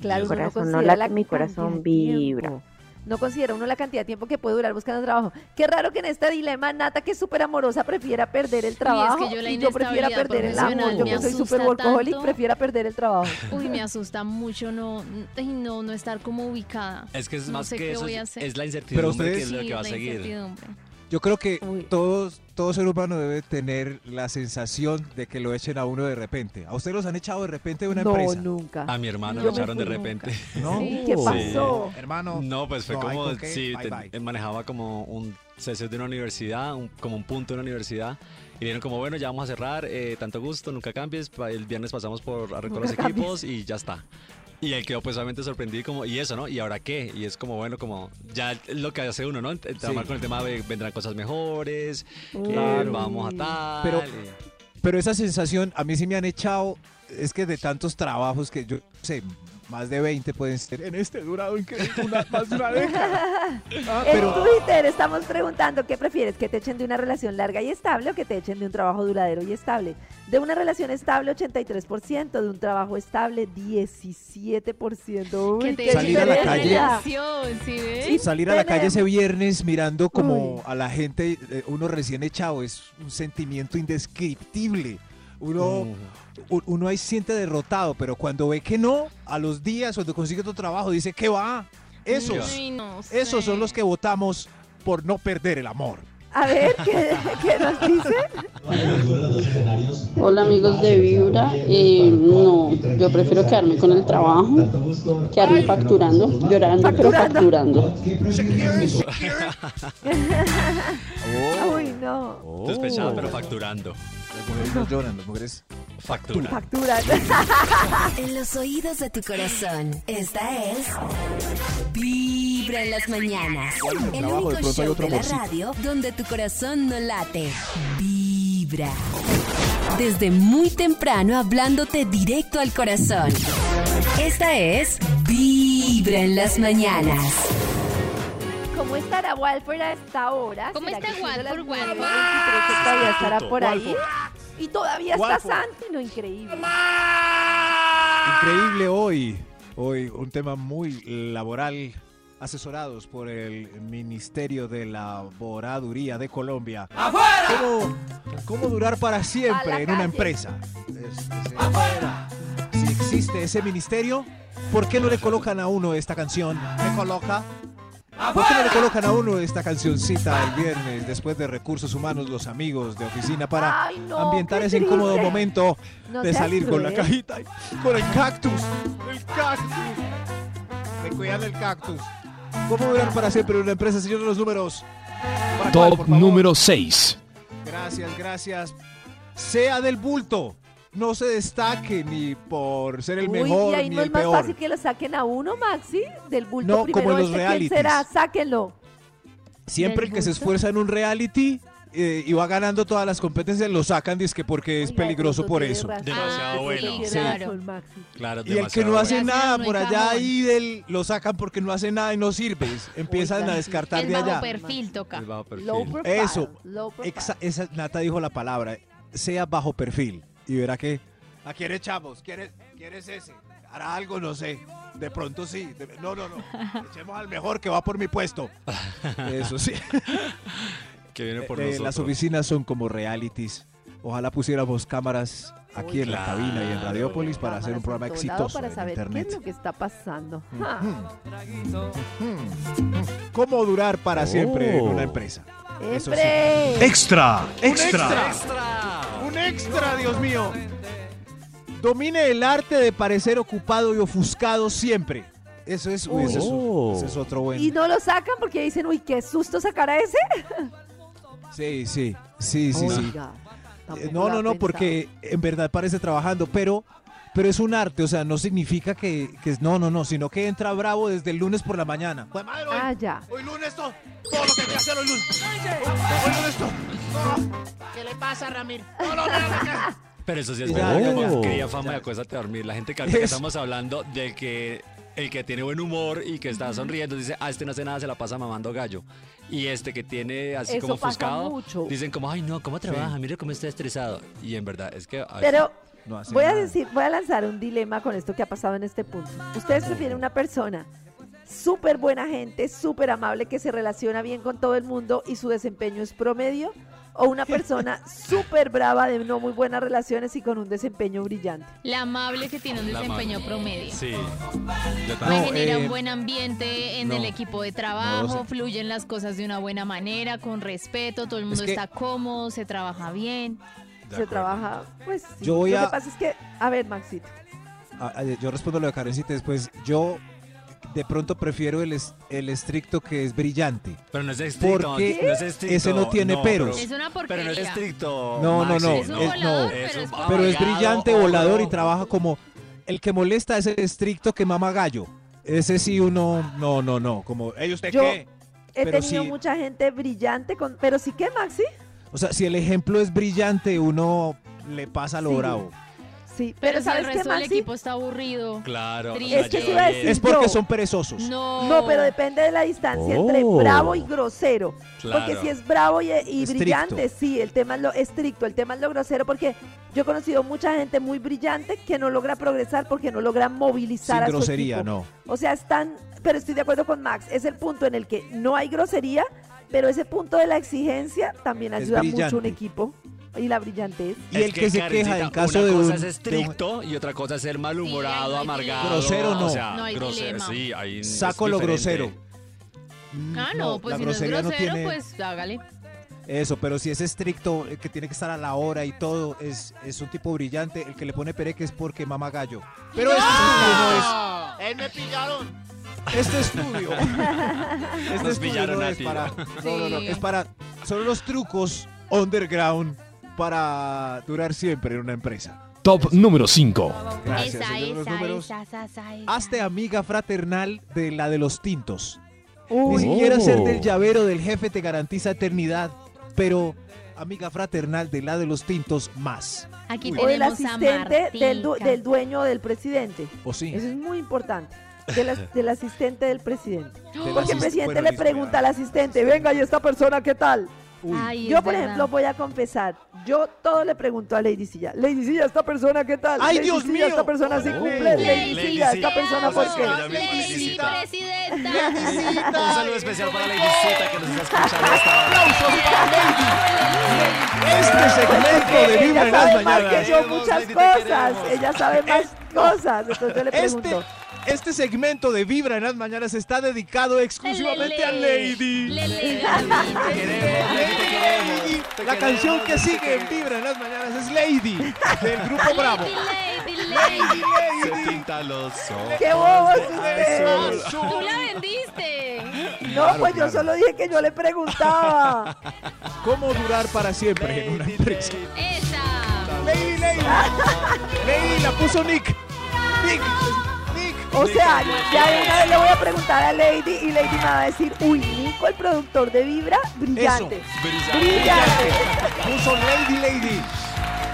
S5: Claro,
S16: mi
S5: uno no
S16: corazón, no
S5: considera
S16: late,
S5: la
S16: mi corazón
S5: cantidad de tiempo.
S16: vibra.
S5: No considera uno la cantidad de tiempo que puede durar buscando trabajo. Qué raro que en este dilema Nata, que es súper amorosa, prefiera perder el trabajo.
S3: yo la
S5: y yo prefiera
S3: inestabilidad
S5: perder el amor.
S3: profesional
S5: Yo
S3: me
S5: que soy
S3: asusta
S5: súper workaholic,
S3: tanto.
S5: prefiera perder el trabajo.
S3: Uy, me asusta mucho no, ay, no, no estar como ubicada.
S4: Es que es
S3: No
S4: más
S3: sé
S4: que
S3: qué
S4: eso,
S3: voy a
S4: es
S3: hacer.
S4: es la
S1: Pero
S4: incertidumbre
S1: ustedes-
S4: que es lo
S3: Sí,
S4: que va a
S3: la
S4: seguir.
S3: incertidumbre.
S1: Yo creo que todos, todo ser humano debe tener la sensación de que lo echen a uno de repente. ¿A ustedes los han echado de repente de una
S5: No,
S1: empresa?
S5: nunca.
S4: A mi hermano
S1: Yo
S4: lo
S1: me
S4: echaron de
S1: fui
S4: repente.
S1: ¿No? Sí,
S5: ¿qué pasó?
S1: Hermano.
S4: No, pues fue
S1: no hay
S4: como.
S1: con qué,
S4: sí,
S1: bye,
S4: te-
S1: bye.
S4: eh, manejaba como un CC de una universidad, un- como un punto de una universidad. Y dijeron, como bueno, ya vamos a cerrar, eh, tanto gusto, nunca cambies. pa- El viernes pasamos por arreglar los
S5: Nunca cambies.
S4: equipos y ya está. Y él quedó pues obviamente sorprendido y como, ¿y eso, no? ¿Y ahora qué? Y es como, bueno, como ya lo que hace uno, ¿no? Trabajar con el tema de vendrán cosas mejores, eh,
S1: Claro.
S4: vamos a tal.
S1: Pero-
S4: eh.
S1: Pero esa sensación, a mí sí me han echado, es que de tantos trabajos que yo sé, más de 20 pueden ser en este durado increíble, una- más de una década. Ah,
S5: en
S1: pero-
S5: Twitter estamos preguntando qué prefieres, que te echen de una relación larga y estable o que te echen de un trabajo duradero y estable. De una relación estable 83%, de un trabajo estable 17%. Uy,
S3: Que te
S5: qué
S3: echen
S1: Salir a la
S3: de
S5: diferencia.
S1: calle.
S3: relación, ¿sí ves?
S1: Salir a la calle ese viernes mirando como a la gente, eh, uno recién echado, es un sentimiento indescriptible. Uno, u- uno ahí se siente derrotado, pero cuando ve que no, a los días, cuando consigue otro trabajo, dice que va. Esos,
S3: Uy, no sé.
S1: esos son los que votamos por no perder el amor.
S5: A ver, ¿qué, qué nos dice?
S17: Hola amigos de Vibra, Eh, no, yo prefiero quedarme con el trabajo, quedarme facturando, llorando, pero facturando.
S5: Uy, no.
S4: Despechado, pero facturando.
S1: Oh. Las mujeres no lloran, las mujeres
S4: facturan.
S7: En los oídos de tu corazón, esta es Vibra en las mañanas. El
S1: trabajo, de
S7: único
S1: pronto hay
S7: show
S1: otro
S7: de la
S1: amorcito.
S7: radio donde tu corazón no late. Vibra. Desde muy temprano hablándote directo al corazón. Esta es Vibra en las mañanas.
S5: ¿Cómo estará Walford a esta hora?
S3: ¿Cómo
S5: ¿Será
S3: está
S5: que siendo las
S3: Walford,
S5: nueve
S3: Walford?
S5: veintitrés que todavía estará por ahí?
S1: Walford.
S5: Y todavía está
S1: Walford.
S5: Santi, no increíble.
S1: Increíble hoy. Hoy un tema muy laboral. Asesorados por el Ministerio de Laboraduría de Colombia. ¡Afuera! ¿Cómo, cómo durar para
S5: A la
S1: siempre en
S5: calle.
S1: una empresa? Es- es- Si existe ese ministerio, ¿por qué no le colocan a uno esta canción? ¿Me coloca? ¿Por qué no le colocan a uno esta cancioncita el viernes después de Recursos Humanos, los amigos de oficina, para
S5: Ay, no,
S1: ambientar
S5: qué
S1: ese incómodo
S5: triste.
S1: momento
S5: No
S1: de
S5: seas
S1: salir con la
S5: cruel.
S1: cajita, y con el cactus? El cactus. Me cuidan el cactus. ¿Cómo durar para siempre en una empresa, señor de los números? Para cuál,
S13: Top
S1: por favor.
S13: número 6.
S1: Gracias, gracias. Sea del bulto. No se destaque ni por ser el
S5: Uy,
S1: mejor
S5: y ahí
S1: ni
S5: no
S1: el
S5: es más
S1: peor.
S5: fácil que lo saquen a uno, Maxi, del bulto
S1: No,
S5: primero.
S1: como en los
S5: este, ¿quién
S1: realities.
S5: será? Sáquenlo.
S1: Siempre
S5: ¿Del
S1: el que se
S5: bulto?
S1: esfuerza en un reality eh, y va ganando todas las competencias, lo sacan dizque porque es peligroso por
S5: tiene
S1: eso.
S5: razón.
S4: Demasiado
S5: Ah,
S4: bueno.
S5: tiene
S1: Sí.
S5: razón, Maxi.
S4: Claro,
S1: Y el que
S4: demasiado
S1: no hace
S4: bueno.
S1: nada
S3: no hay
S1: por allá
S3: cajón.
S1: ahí del- lo sacan porque no hace nada y no sirve. Empiezan a descartar
S3: El
S1: de
S3: bajo
S1: allá.
S3: perfil toca.
S4: El bajo perfil.
S5: Low profile.
S1: Eso.
S5: Low profile.
S1: Exa- esa, Nata dijo la palabra. Sea bajo perfil. Y verá que
S9: ¿A quién echamos? ¿Quién es, quién es ese?
S1: hará algo, no sé. De pronto sí. de- no, no, no. Echemos al mejor que va por mi puesto. Eso sí.
S4: Que viene por
S1: Eh,
S4: nosotros.
S1: las oficinas son como realities. Ojalá pusiéramos cámaras aquí en la
S4: claro.
S1: cabina y en Radiopolis para
S5: Cámaras
S1: hacer un
S5: en
S1: programa
S5: todo lado
S1: exitoso
S5: Para
S1: en
S5: saber qué es
S1: internet.
S5: lo que está pasando. Ah,
S1: ¿Cómo durar
S4: Oh.
S1: para siempre en una empresa? Eso sí.
S5: ¡Empre!
S13: Extra,
S1: extra. Un extra, Dios mío. Domine el arte de parecer ocupado y ofuscado siempre. Eso es, uy, ese es, un- ese es
S4: Oh.
S1: otro buen.
S5: Y no lo sacan porque dicen, uy, qué susto sacar a ese.
S1: Sí, sí, sí, sí, sí.
S5: Oiga,
S1: Eh,
S5: tampoco
S1: No,
S5: lo
S1: no,
S5: ha
S1: no, porque en verdad parece trabajando, pero, pero es un arte, o sea, no significa que, que es- no, no, no, sino que entra bravo desde el lunes por la mañana.
S9: Pues madre,
S5: pensado.
S9: hoy,
S5: Ah, ya.
S9: hoy lunes todo, todo lo que hay que hacer hoy lunes. Hoy lunes todo.
S10: ¿Qué le pasa, Ramir?
S9: No, no, no, no, no.
S4: Pero eso sí es
S1: Ya,
S4: verdad,
S1: ya,
S4: como
S1: ya.
S4: cría fama y acuéstate a dormir. La gente que ahorita que
S1: Es-
S4: estamos hablando de que el que tiene buen humor y que está sonriendo dice, ah, este no hace nada, se la pasa mamando gallo. Y este que tiene así
S5: Eso
S4: como
S5: pasa
S4: ofuscado,
S5: mucho.
S4: dicen como, ay no, ¿cómo trabaja? Mira cómo está estresado. Y en verdad, es que... ay,
S5: Pero
S1: No hace
S5: voy a
S1: nada.
S5: decir, voy a lanzar un dilema con esto que ha pasado en este punto. Ustedes prefieren una persona súper buena gente, súper amable, que se relaciona bien con todo el mundo y su desempeño es promedio, o una persona súper brava de no muy buenas relaciones y con un desempeño brillante.
S3: La amable que tiene un
S4: La amable.
S3: desempeño promedio.
S4: Sí. Yo
S3: Me
S1: No,
S4: también.
S3: genera
S1: eh,
S3: un buen ambiente en
S1: no.
S3: el equipo de trabajo,
S1: No, sí.
S3: fluyen las cosas de una buena manera, con respeto, todo el mundo
S1: que-
S3: está cómodo, se trabaja bien.
S5: Se trabaja, pues. sí.
S1: Yo voy
S5: Lo
S1: a-
S5: que pasa es que, a ver, Maxito.
S1: Ah, ah, Yo respondo lo de Karencita después. Yo de pronto prefiero el, es- el estricto que es brillante.
S4: Pero no es estricto.
S1: Porque
S4: no es estricto,
S1: ese no tiene peros.
S3: Es
S4: Pero no
S3: una
S4: es
S3: porquería.
S4: estricto.
S1: No, no,
S4: Maxi.
S1: no,
S3: Es un
S1: es-
S3: volador,
S1: no.
S3: pero es
S4: un
S1: Pero es
S4: abogado,
S1: brillante, volador y
S4: oro.
S1: trabaja como el que molesta es el estricto que mama gallo. Ese sí uno, no, no, no, como, ¿ey usted
S5: Yo
S1: qué?
S5: He
S1: Pero
S5: tenido
S1: sí-
S5: mucha gente brillante, con, pero sí que Maxi.
S1: O sea, si el ejemplo es brillante, uno le pasa lo
S5: Sí.
S1: bravo.
S5: Sí,
S3: Pero,
S5: pero,
S3: si el
S5: ¿sabes qué,
S3: resto del
S5: Maxi?
S3: equipo está aburrido.
S4: Claro.
S3: Triste. Es que
S5: eso iba a decir
S1: Es porque
S5: yo.
S1: son perezosos.
S3: No.
S5: No, pero depende de la distancia entre
S1: Oh.
S5: bravo y grosero.
S1: Claro.
S5: Porque si es bravo y, y
S1: Estricto.
S5: brillante, sí, el tema es lo estricto, el tema es lo grosero, porque yo he conocido mucha gente muy brillante que no logra progresar porque no logra movilizar
S1: Sin
S5: a su
S1: grosería,
S5: equipo.
S1: no.
S5: O sea, están, pero estoy de acuerdo con Max, es el punto en el que no hay grosería, pero ese punto de la exigencia también
S1: Es
S5: ayuda mucho a un
S1: brillante.
S5: equipo y la brillantez.
S1: Y el que se
S4: Karencita,
S1: queja en caso
S4: una
S1: de
S4: cosa
S1: un-
S4: es
S1: de un-
S4: estricto y otra cosa es ser malhumorado, amargado.
S1: Grosero no.
S4: O sea,
S3: No hay
S4: grosero,
S3: dilema.
S4: sí, ahí es
S1: Saco lo
S4: diferente.
S1: grosero.
S3: Ah, no, pues
S1: la
S3: si no es
S1: grosería
S3: grosero,
S1: no tiene-
S3: pues hágale.
S1: Eso, pero si es estricto, eh, que tiene que estar a la hora y todo, es, es un tipo brillante. El que le pone pereque es porque mama gallo. Pero este estudio
S17: no es. Él me pillaron.
S1: no es. Este estudio. este
S4: Nos
S1: estudio
S4: pillaron
S1: no
S4: a
S1: es
S4: ti.
S1: para. No, no, no,
S17: Sí.
S1: Es para. Son los trucos underground para durar siempre en una empresa.
S18: Top número 5.
S1: Gracias.
S3: esa,
S1: señor de los
S3: esa,
S1: números.
S3: esa, esa, esa, esa.
S1: Hazte amiga fraternal de la de los tintos.
S5: Uy.
S1: Ni siquiera ser del
S5: Oh.
S1: llavero del jefe te garantiza eternidad, pero amiga fraternal de la de los tintos más.
S3: Aquí
S5: o el
S3: tenemos a
S5: asistente del, du-
S3: Martica.
S5: del dueño del presidente.
S1: ¿O Oh, sí?
S5: Eso es muy importante. Del, as- del asistente del presidente.
S1: Del
S5: Porque el
S1: asist-
S5: presidente
S1: bueno,
S5: le
S1: listo,
S5: pregunta
S1: ya.
S5: al asistente, venga, ¿y esta persona qué tal?
S3: Ay,
S5: yo,
S3: es
S5: por
S3: verdad.
S5: ejemplo, voy a confesar, yo todo le pregunto a Lady Silla. Lady Silla, ¿esta persona qué tal?
S1: ¡Ay,
S5: Lady
S1: Dios
S5: Silla,
S1: mío!
S5: ¿Esta persona sí
S1: Oh.
S5: cumple?
S1: Lady
S5: Lady Silla,
S1: Silla,
S5: ¿esta persona
S1: te
S5: por
S1: amo,
S5: qué?
S1: Lady
S3: Lady presidenta.
S4: Un saludo especial para Lady Zeta que nos está escuchando hasta ahora.
S1: Este segmento de Vibra
S5: Ella
S1: en las
S5: sabe más
S1: mañanas.
S5: que yo muchas cosas, ella sabe más cosas, entonces yo le
S1: Este,
S5: pregunto.
S1: este segmento de Vibra en las mañanas está dedicado exclusivamente a Lady. Lady. La canción que sigue en Vibra en las mañanas es Lady del grupo Bravo.
S3: Lady,
S4: Se pinta los ojos.
S5: ¡Qué bobos
S4: de
S5: ustedes!
S4: azul.
S3: Tú la vendiste.
S5: No, pues yo solo dije que yo le preguntaba.
S1: ¿Cómo durar para siempre en una empresa?
S3: Esa.
S1: Lady, Lady. Lady la puso Nick. Nick.
S5: O sea, ya de una vez le voy a preguntar a Lady y Lady me va a decir, uy, Nico, el productor de Vibra, brillante. Brillante.
S1: Puso Lady Lady.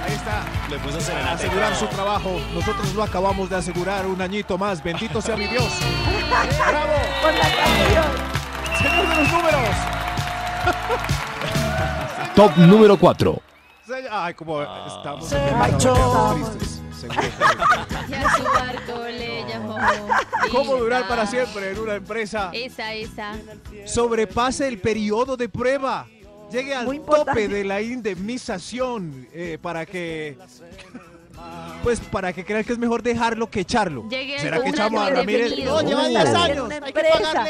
S1: Ahí está.
S4: Le puso
S1: Para
S4: serenata.
S1: asegurar su trabajo. Nosotros lo acabamos de asegurar un añito más. Bendito sea mi Dios. ¡Bravo!
S5: Por la canción.
S1: ¡Señor de los números!
S18: Top número 4.
S1: Se- Ay, como estamos.
S18: Se
S1: estamos
S18: marchó.
S1: tristes, seguro.
S3: Y a su barco le llamó.
S1: ¿Cómo
S3: Esa.
S1: durar para siempre en una empresa?
S3: Esa, esa.
S1: Sobrepase el periodo de prueba. Llegue al
S5: Muy
S1: tope
S5: importante.
S1: de la indemnización eh, para que. Pues para que crean que es mejor dejarlo que echarlo.
S3: Llegué al
S1: ¿Será que
S3: contrato
S1: echamos a Ramírez?
S3: indefinido. No, lleva
S1: Oh.
S5: Estar
S1: 10
S5: en una empresa.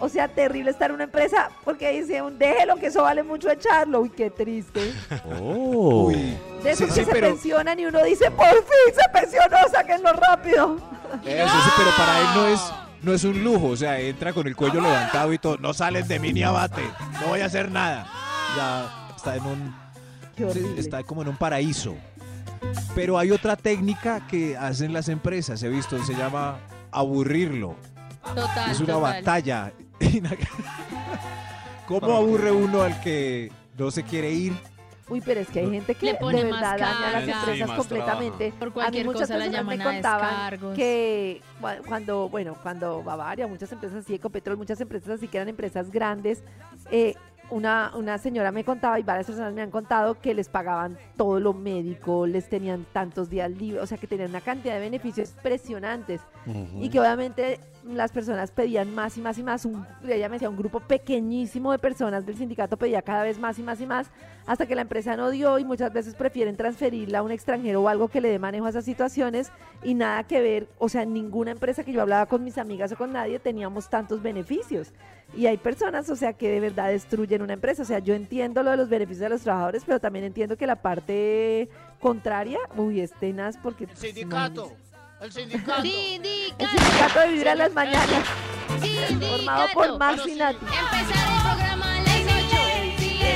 S5: O sea, terrible estar en una empresa porque dice un déjelo que eso vale mucho echarlo. Uy, qué triste.
S1: Uy.
S5: De esos
S1: Sí,
S5: que
S1: sí,
S5: se
S1: pero-
S5: pensionan y uno dice, por fin se pensionó, sáquenlo rápido.
S1: eh, Eso sí, pero para él no es,
S5: ¡Ah!
S1: no es un lujo. O sea, entra con el cuello levantado y todo. No sales de mí ni abate. No voy a hacer nada. Ya está en un.
S5: Qué horrible.
S1: Está como en un paraíso. Pero hay otra técnica que hacen las empresas, he visto, se llama aburrirlo.
S5: Ah,
S3: Total.
S1: es una
S3: total.
S1: batalla. ¿Cómo aburre uno al que no se quiere ir?
S5: Uy, pero es que hay gente que
S3: Le
S5: de
S3: pone más
S5: verdad daña a las
S3: carga.
S5: empresas
S4: Sí, más
S5: completamente.
S4: trabajo.
S5: A
S3: Por
S5: mí
S3: cualquier
S5: muchas
S3: cosa la
S5: personas me
S3: llaman a
S5: contaban
S3: descargos.
S5: que cua- cuando, bueno, cuando Bavaria, muchas empresas así, Ecopetrol, muchas empresas así que eran empresas grandes, eh, una, una señora me contaba y varias personas me han contado que les pagaban todo lo médico, les tenían tantos días libres, o sea que tenían una cantidad de beneficios impresionantes y que obviamente las personas pedían más y más y más. Un, ella me decía, un grupo pequeñísimo de personas del sindicato pedía cada vez más y más y más, hasta que la empresa no dio y muchas veces prefieren transferirla a un extranjero o algo que le dé manejo a esas situaciones y nada que ver, o sea, ninguna empresa que yo hablaba con mis amigas o con nadie teníamos tantos beneficios. Y hay personas, o sea, que de verdad destruyen una empresa. O sea, yo entiendo lo de los beneficios de los trabajadores, pero también entiendo que la parte contraria, uy, es tenaz porque...
S17: El sindicato. El sindicato.
S5: El sindicato de vibra en las mañanas. Formado por Max y Nati.
S3: Empezar el programa a las 8.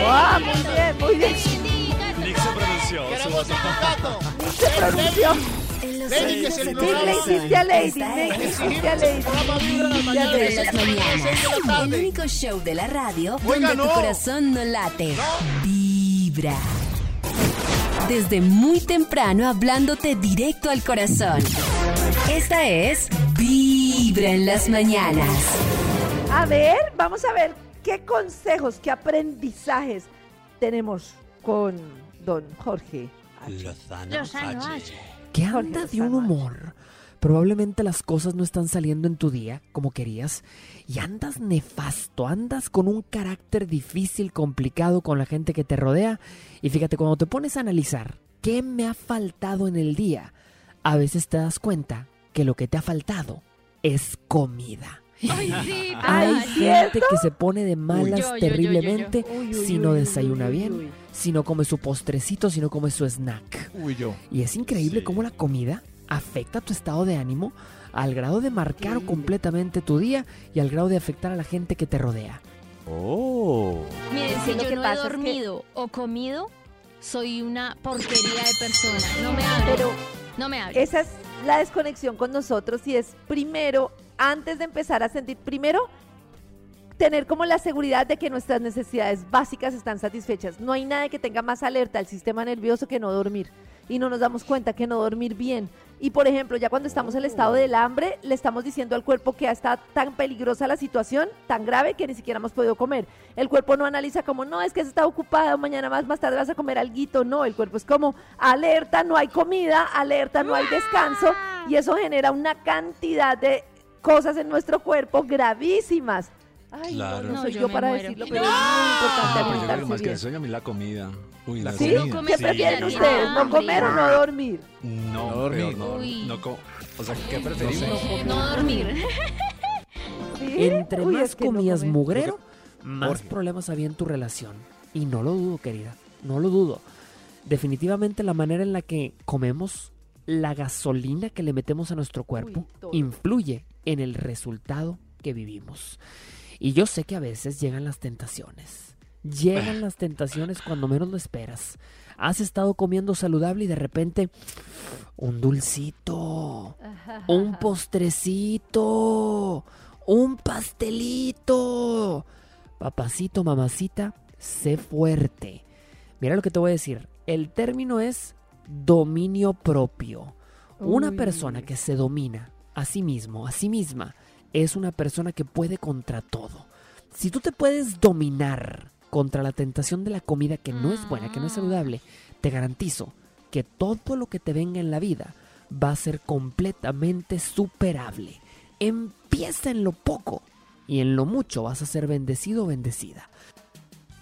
S5: Ah, muy bien, muy bien.
S4: Nick se pronunció. su voto.
S5: Se pronunció.
S7: En los
S9: Lady, que es el
S7: oídos
S9: programa.
S7: de tu
S9: Le
S7: corazón.
S9: hiciste a Lady,
S7: Esta
S9: le
S7: es
S9: hiciste a Lady. Programa Vibra en las
S7: Vibra
S9: mañanas.
S7: en las mañanas. El único show de la radio
S9: Oiga,
S7: donde tu
S9: no.
S7: corazón no late. Vibra. Desde muy temprano hablándote directo al corazón. Esta es Vibra en las mañanas.
S5: A ver, vamos a ver qué consejos, qué aprendizajes tenemos con don Jorge.
S4: Lozano
S5: Lozano
S4: H.
S5: H.
S18: que anda de un humor. Probablemente las cosas no están saliendo en tu día como querías y andas nefasto, andas con un carácter difícil, complicado con la gente que te rodea. Y fíjate, cuando te pones a analizar qué me ha faltado en el día, a veces te das cuenta que lo que te ha faltado es comida.
S3: Ay, sí,
S18: Hay
S3: total.
S18: gente que se pone de
S3: Uy.
S18: malas
S3: Yo, yo, yo, yo, yo.
S18: terriblemente
S3: Uy, uy,
S18: si
S3: uy,
S18: no
S3: uy,
S18: desayuna
S3: uy, uy,
S18: bien,
S3: uy.
S18: si no come su postrecito, si no come su snack.
S19: Uy, yo.
S18: Y es increíble cómo la comida afecta tu estado de ánimo al grado de marcar completamente tu día y al grado de afectar a la gente que te rodea.
S2: Oh.
S3: Miren, si
S14: Lo
S3: yo
S14: que
S3: no he
S14: pasa es que-
S3: dormido o comido, soy una porquería de persona. No me hablen.
S5: Pero-
S3: no me hablen.
S5: Esa es la desconexión con nosotros y es primero, antes de empezar a sentir, primero tener como la seguridad de que nuestras necesidades básicas están satisfechas. No hay nada que tenga más alerta al sistema nervioso que no dormir. Y no nos damos cuenta que no dormir bien. Y por ejemplo, ya cuando estamos en el estado del hambre, le estamos diciendo al cuerpo que ya está tan peligrosa la situación, tan grave, que ni siquiera hemos podido comer. El cuerpo no analiza como, no, es que se está ocupado, mañana más, más tarde vas a comer alguito. No, el cuerpo es como, alerta, no hay comida, alerta, no hay descanso. Y eso genera una cantidad de cosas en nuestro cuerpo gravísimas. Ay,
S4: Claro.
S5: no, no
S4: No,
S5: soy yo,
S4: yo me
S5: para
S4: muero.
S5: decirlo, pero es muy importante
S4: No, pero yo creo que
S5: alimentarse
S4: más que el
S5: bien.
S4: sueño, a mí la comida. Uy, la
S5: ¿Sí?
S4: comida.
S5: ¿Qué prefieren ustedes? ¿No comer o no dormir?
S4: No,
S19: No dormir.
S4: peor, no,
S3: Uy.
S4: no co- o sea, ¿qué preferimos?
S3: No dormir.
S18: Entre
S3: Uy,
S18: más
S3: es que no
S18: comías
S3: comer.
S18: mugrero, más
S3: Jorge.
S18: problemas había en tu relación. Y no lo dudo, querida, no lo dudo. Definitivamente la manera en la que comemos, la gasolina que le metemos a nuestro cuerpo, influye en el resultado que vivimos. Y yo sé que a veces llegan las tentaciones. Llegan las tentaciones cuando menos lo esperas. Has estado comiendo saludable y de repente un dulcito, un postrecito, un pastelito. Papacito, mamacita, sé fuerte. Mira lo que te voy a decir. El término es dominio propio. Una
S20: Uy.
S18: persona que se domina a sí mismo, a sí misma, es una persona que puede contra todo. Si tú te puedes dominar contra la tentación de la comida que no es buena, que
S3: Mm.
S18: no es saludable, te garantizo que todo lo que te venga en la vida va a ser completamente superable. Empieza en lo poco y en lo mucho vas a ser bendecido o bendecida.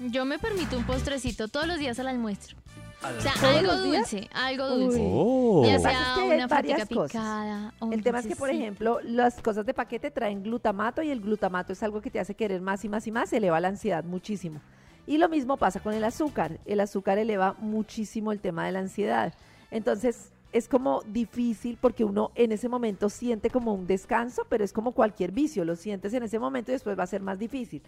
S3: Yo me permito un postrecito todos los días al almuestro. O sea,
S5: ¿Todos
S3: algo
S5: los días?
S3: dulce, algo dulce.
S5: Uy.
S3: Ya
S1: Oh.
S5: Lo que
S3: sea
S5: pasa es que hay
S3: una
S5: varias
S3: frutica
S5: cosas.
S3: picada. o un
S5: El tema es que, por
S3: dulcecito.
S5: ejemplo, las cosas de paquete traen glutamato y el glutamato es algo que te hace querer más y más y más, eleva la ansiedad muchísimo. Y lo mismo pasa con el azúcar. El azúcar eleva muchísimo el tema de la ansiedad. Entonces, es como difícil porque uno en ese momento siente como un descanso, pero es como cualquier vicio, lo sientes en ese momento y después va a ser más difícil.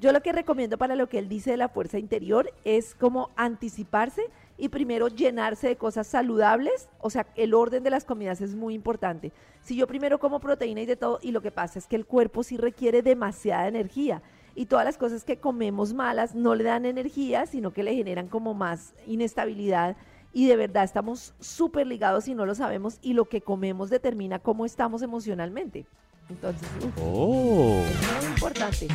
S5: Yo lo que recomiendo para lo que él dice de la fuerza interior es como anticiparse y primero llenarse de cosas saludables, o sea, el orden de las comidas es muy importante. Si yo primero como proteína y de todo, y lo que pasa es que el cuerpo sí requiere demasiada energía y todas las cosas que comemos malas no le dan energía, sino que le generan como más inestabilidad y de verdad estamos súper ligados y no lo sabemos y lo que comemos determina cómo estamos emocionalmente. Entonces, uf,
S2: Oh.
S5: es muy importante.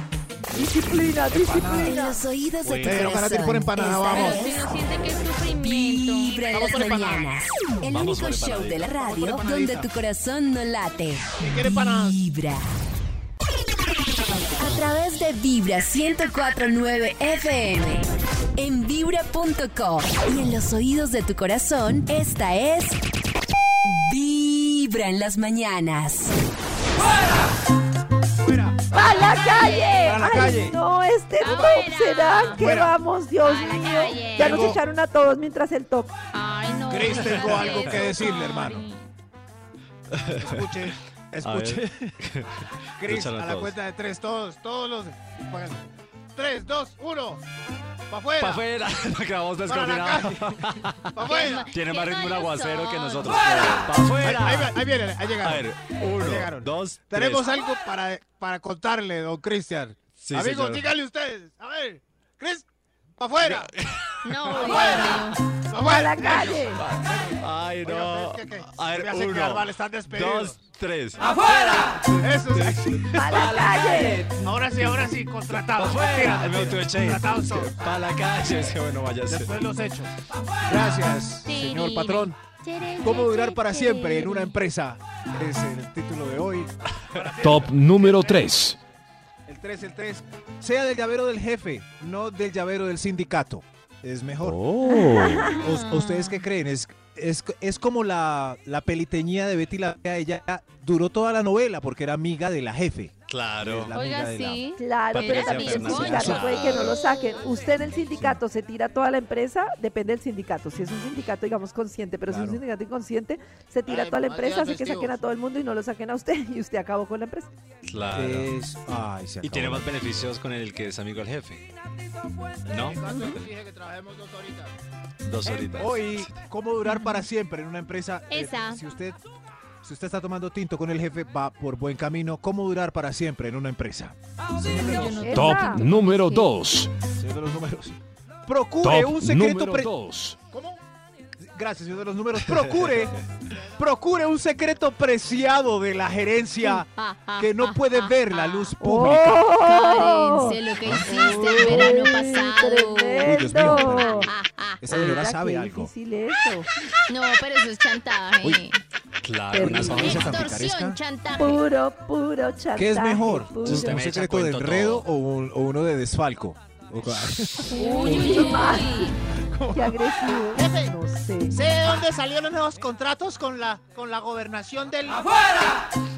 S5: Disciplina,
S7: En
S5: disciplina.
S7: los oídos de
S5: Uy,
S7: tu
S5: me dieron
S7: corazón.
S5: ganas de ir por empanada,
S7: Esta
S5: vamos.
S7: es
S3: Si no siente que es sufrimiento.
S7: Vibra en
S3: Vamos por
S7: las
S3: empanadas.
S7: mañanas. El
S3: Vamos
S7: único
S3: por
S7: show
S3: empanaditas.
S7: de la
S3: Vamos por
S7: radio donde
S3: empanaditas.
S7: tu corazón no late. Vibra. A través de Vibra 1049 FM. En vibra.com. Y en los oídos de tu corazón, esta es. Vibra en las mañanas.
S5: ¡A la calle!
S7: ¡A la
S5: Ay,
S7: calle!
S5: no, este
S3: Ah,
S5: top será que
S9: Fuera.
S5: vamos, Dios mío. Ya nos
S9: Tengo-
S5: echaron a todos mientras el top.
S9: Chris, tengo
S1: no
S9: algo
S1: hagas
S9: que
S1: eso,
S9: decirle, hermano. Escuche, escuche. Chris,
S1: Escúchalo
S9: a la
S1: todos.
S9: cuenta de tres, todos, todos los. Tres, dos, uno. Pa' afuera.
S4: Pa' afuera. Acabamos descoordinados.
S9: Pa' afuera.
S4: Tiene más ritmo un aguacero que nosotros.
S9: ¡Fuera!
S4: Pa' afuera.
S9: Ahí, ahí, viene, ahí llegaron.
S4: A ver, uno,
S9: Ahí llegaron.
S4: dos,
S9: Tenemos
S4: tres.
S9: algo para, para contarle, don Cristian.
S4: Sí,
S9: Amigos,
S4: señor.
S9: díganle ustedes. A ver, Cris, pa' afuera.
S3: No,
S9: ¡Fuera! ¡Pa'
S5: ¡A
S9: afuera!
S5: la calle!
S4: Ay, no. A
S9: Me
S4: ver,
S9: hacen quedar mal,
S4: uno,
S9: están despedidos.
S4: dos, tres.
S9: ¡Afuera! Eso sí.
S5: ¡A la calle!
S9: Ahora sí, ahora sí, contratados.
S4: ¡Fuera!
S9: Mentira,
S4: Me autoeché.
S9: Contratados son.
S4: Pa' la calle. Es que bueno, váyase.
S9: Después los hechos. Gracias,
S1: Señor patrón,
S9: ¿cómo durar para siempre en una empresa? Es el título de hoy.
S13: Top número 3.
S1: El 3, el 3. Sea del llavero del jefe, no del llavero del sindicato. Es mejor.
S4: Oh.
S1: ¿Us- ¿Ustedes qué creen? Es, es, es como la, la peliteñía de Betty la Fea. Ella duró toda la novela porque era amiga de la jefe.
S4: Claro.
S1: Es la amiga de la-
S5: Claro, pero
S4: Patricia
S5: también el
S4: Fernández.
S5: sindicato
S4: Claro.
S5: puede que no lo saquen. Usted en el sindicato se tira toda la empresa, depende del sindicato. Si es un sindicato, digamos, consciente, pero si es un sindicato inconsciente, se tira
S9: Ay,
S5: toda la
S9: más
S5: empresa,
S9: días
S5: hace que
S9: festivos.
S5: saquen a todo el mundo y no lo saquen a usted y usted acabó con la empresa.
S4: Claro.
S1: Es- ay, se
S4: Y tiene
S1: acabó.
S4: más beneficios con el que es amigo del jefe. ¿No?
S9: dije que trabajemos dos horitas.
S4: Dos horitas.
S1: Hoy, ¿cómo durar para siempre en una empresa? Eh,
S3: Esa.
S1: si usted si usted está tomando tinto con el jefe, va por buen camino. ¿Cómo durar para siempre en una empresa?
S5: Esa.
S13: Top número 2.
S1: Señor de los números. Procure
S13: Top
S1: un secreto
S13: número
S1: pre-
S13: 2.
S1: Gracias, señor de los números. Procure, procure un secreto preciado de la gerencia que no puede ver la luz pública.
S5: ¡Oh!
S3: Karen, sé lo que hiciste el verano pasado.
S1: Uy, Dios mío, pero-
S5: ¡Tremendo!
S1: Esa señora
S5: Oiga,
S1: sabe
S5: qué
S1: algo.
S5: difícil eso.
S3: No, pero eso es chantaje.
S1: Uy,
S4: Claro, unas
S1: Perdón.
S4: famosas-
S1: esa tan
S3: Extorsión,
S1: picaresca.
S3: chantaje.
S5: Puro, puro chantaje.
S1: ¿Qué es mejor?
S5: puro.
S1: ¿Un
S4: Usted me echa
S1: secreto de
S4: cuento
S1: enredo
S4: todo.
S1: o, un- o uno de desfalco? O-
S3: Uy, uy, uy.
S5: Qué agresivo.
S9: Jefe.
S5: No sé.
S9: Sé de dónde salieron los nuevos contratos con la, con la gobernación del...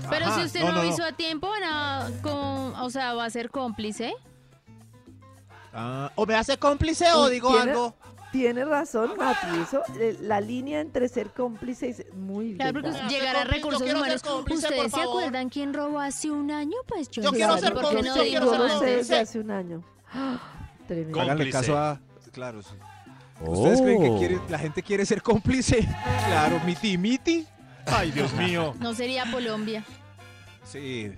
S3: Pero
S1: Ajá,
S3: si usted
S1: no,
S3: no,
S1: no,
S3: lo
S1: no.
S3: hizo a tiempo, van a- con- o sea, va a ser cómplice.
S1: Ah,
S9: O me hace cómplice o
S5: Uy,
S9: digo
S5: tiene-
S9: algo.
S5: Tiene razón, Mati. Eso, eh, la línea entre ser cómplice y ser muy bien.
S3: Claro, porque
S9: verdad.
S3: llegar a
S9: Yo quiero
S3: recursos
S9: ser
S3: humanos.
S9: cómplice,
S3: ¿Ustedes
S9: por
S3: se
S9: favor.
S3: acuerdan quién robó hace un año? Pues yo,
S9: Yo
S3: no
S9: quiero
S3: sé,
S9: ser
S3: ¿por qué
S9: cómplice,
S3: no
S9: yo
S3: digo
S9: quiero ser
S5: lo
S3: antes?
S5: sé desde
S9: cómplice.
S5: hace un año. ¡Ah! Tremendo.
S4: Con-
S1: Háganle
S4: Cómplice.
S1: caso a... Claro, sí. ¿Ustedes creen que
S2: Oh.
S1: quiere- la gente quiere ser cómplice? Claro, miti, miti. Ay, Dios mío.
S3: No sería Colombia.
S1: Sí,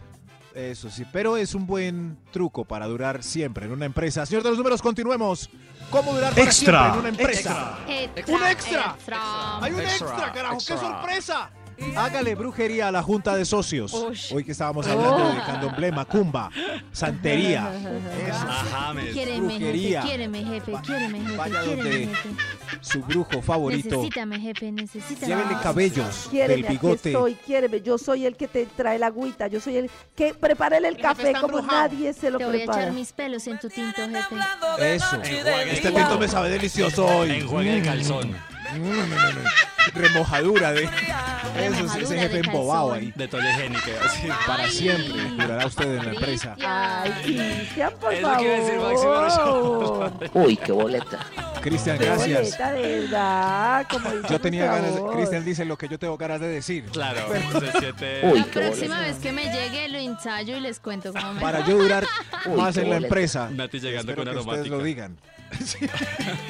S1: eso sí, pero es un buen truco para durar siempre en una empresa. Señor de los números, continuemos. ¿Cómo durar para
S13: Extra,
S1: siempre en una empresa?
S9: ¡Un extra!
S3: extra.
S9: ¡Hay un extra,
S4: Extra,
S9: carajo!
S4: extra.
S9: ¡Qué sorpresa!
S1: Hágale brujería a la junta de socios.
S3: Ush.
S1: Hoy que estábamos hablando de candomblé, macumba, santería.
S4: A James.
S3: Quiéreme, jefe,
S1: Brujería.
S3: quiéreme, jefe,
S1: Va-
S3: quiéreme, jefe,
S1: vaya
S3: quiéreme,
S1: donde
S3: jefe.
S1: Su brujo favorito.
S3: Necesítame, jefe, necesítame. Ah.
S1: Llévenle cabellos del
S5: Quiéreme, aquí
S1: bigote.
S5: estoy, quiéreme. Yo soy el que te trae la agüita. Yo soy el que prepara el
S9: jefe
S5: café
S9: está
S5: como
S9: embrujado.
S5: nadie se lo
S3: Te voy a echar
S5: prepara.
S3: mis pelos en tu tinto, jefe.
S1: Eso. Este tinto me sabe delicioso hoy. Mm,
S4: Enjuague de calzón.
S1: Remojadura de. Eso, sí,
S3: Remojadura
S1: ese
S3: de
S1: jefe
S3: calzón.
S1: embobado ahí.
S4: De toalla higiénica. así.
S1: Para siempre durará usted en la empresa.
S5: Ay, Cristian, por
S4: Es lo
S5: favor.
S4: que iba a decir, Máximo, no
S10: Uy, qué boleta.
S1: Cristian,
S5: Qué
S1: gracias.
S5: boleta, de verdad, como dice
S1: Yo tenía
S5: nuestra
S1: ganas, de-
S5: voz.
S1: Cristian dice lo que yo tengo ganas de decir.
S4: Claro, se siente.
S10: Uy,
S3: La
S10: qué
S3: próxima
S10: boleta.
S3: vez que me llegue lo ensayo y les cuento cómo me
S1: Para yo durar más
S10: qué
S1: en la
S10: boleta.
S1: empresa.
S4: Nati llegando
S1: Espero
S4: con
S1: que ustedes
S4: aromática.
S1: lo digan.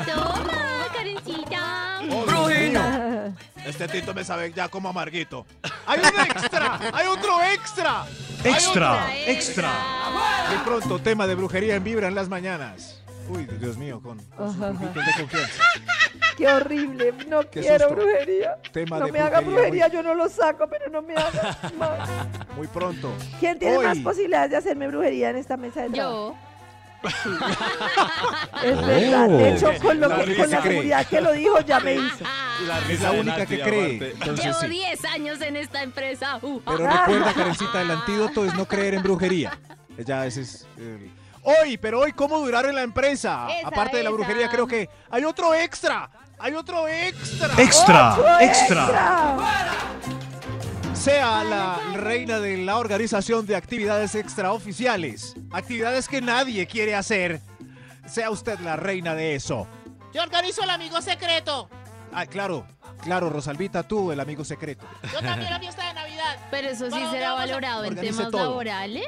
S3: Toma,
S9: Oh,
S3: Karencita.
S1: Este tito me sabe ya como amarguito.
S9: ¡Hay un extra! ¡Hay otro extra!
S13: Extra,
S3: Ay,
S1: De pronto, tema de brujería en Vibra en las mañanas. Uy, Dios mío, con, con sus
S5: Ajá.
S1: grupitos de confianza.
S5: Qué horrible, no
S1: Qué
S5: quiero
S1: susto.
S5: brujería.
S1: Tema
S5: no
S1: de
S5: me haga brujería,
S1: brujería,
S5: yo no lo saco, pero no me haga más.
S1: Muy pronto.
S5: ¿Quién tiene
S1: Hoy.
S5: más posibilidades de hacerme brujería en esta mesa de trabajo?
S3: Yo.
S5: Es verdad,
S1: Oh.
S5: de hecho, con, lo
S1: La
S5: que,
S1: risa
S5: con la
S1: cree.
S5: seguridad que lo dijo, ya me hizo.
S4: La
S1: Es
S4: risa
S1: la
S4: de
S1: única
S4: Nati,
S1: que cree.
S4: aparte.
S1: Entonces
S3: Llevo
S1: sí.
S3: 10 años en esta empresa. Uh,
S1: Pero
S3: ah.
S1: recuerda, Karencita, el antídoto es no creer en brujería. Ya ese es el- Hoy, pero hoy, ¿cómo durar en la empresa?
S3: Esa,
S1: Aparte de la
S3: esa.
S1: brujería, creo que hay otro extra. Hay otro extra.
S13: Extra, extra.
S5: Extra.
S1: Sea la reina de la organización de actividades extraoficiales. Actividades que nadie quiere hacer. Sea usted la reina de eso.
S9: Yo organizo el amigo secreto.
S1: Ah, claro. Claro, Rosalvita, tú, el amigo secreto.
S9: Yo también la fiesta de Navidad.
S3: Pero eso sí
S9: Bueno,
S3: será
S9: vamos a-
S3: valorado en
S1: Organice
S3: temas
S1: todo.
S3: laborales.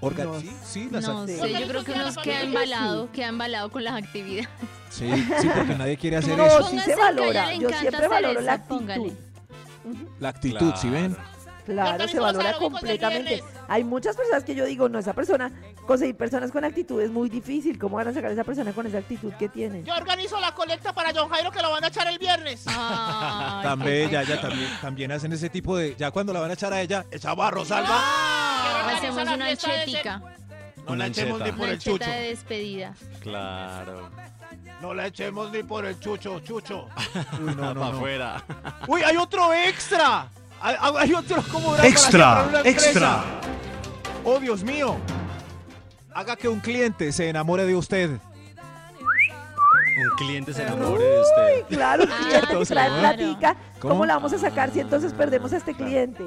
S1: Orga-
S19: No.
S1: Sí, sí, las
S3: No
S1: act-
S3: sé, yo creo que unos queda embalado, queda embalado con las actividades.
S1: Sí, sí, porque nadie quiere hacer
S5: No,
S1: eso.
S5: sí
S3: Pónganse
S5: se
S3: acá, ya
S5: valora.
S3: le
S5: Yo
S3: encanta
S5: siempre
S3: hacer
S5: valoro
S3: eso,
S5: la actitud.
S3: póngale.
S1: La actitud, si ven?
S5: Claro, se valora completamente. Hay muchas personas que yo digo, no, esa persona, conseguir personas con actitud es muy difícil. ¿Cómo van a sacar a esa persona con esa actitud que tiene?
S10: Yo organizo la colecta para John Jairo que lo van a echar el viernes.
S1: Tan bella, ya también, también hacen ese tipo de. Ya cuando la van a echar a ella, echaba a Rosalba.
S3: Hacemos
S10: la
S3: una
S10: fiesta de
S3: anchetica,
S1: No la echemos ni
S3: una ancheta de despedida.
S4: Claro.
S9: No la echemos ni por el chucho, chucho.
S1: Uy, no, no,
S4: Para
S1: no.
S4: afuera.
S9: Uy, hay otro extra. Hay, hay otro como
S1: Extra,
S13: extra.
S1: Oh, Dios mío. Haga que un cliente se enamore de usted.
S4: Un cliente se enamore de usted.
S5: Claro,
S3: Ah,
S5: cliente, trae
S1: claro.
S5: platica. ¿Cómo?
S1: ¿Cómo?
S5: la vamos a sacar si entonces perdemos a este cliente?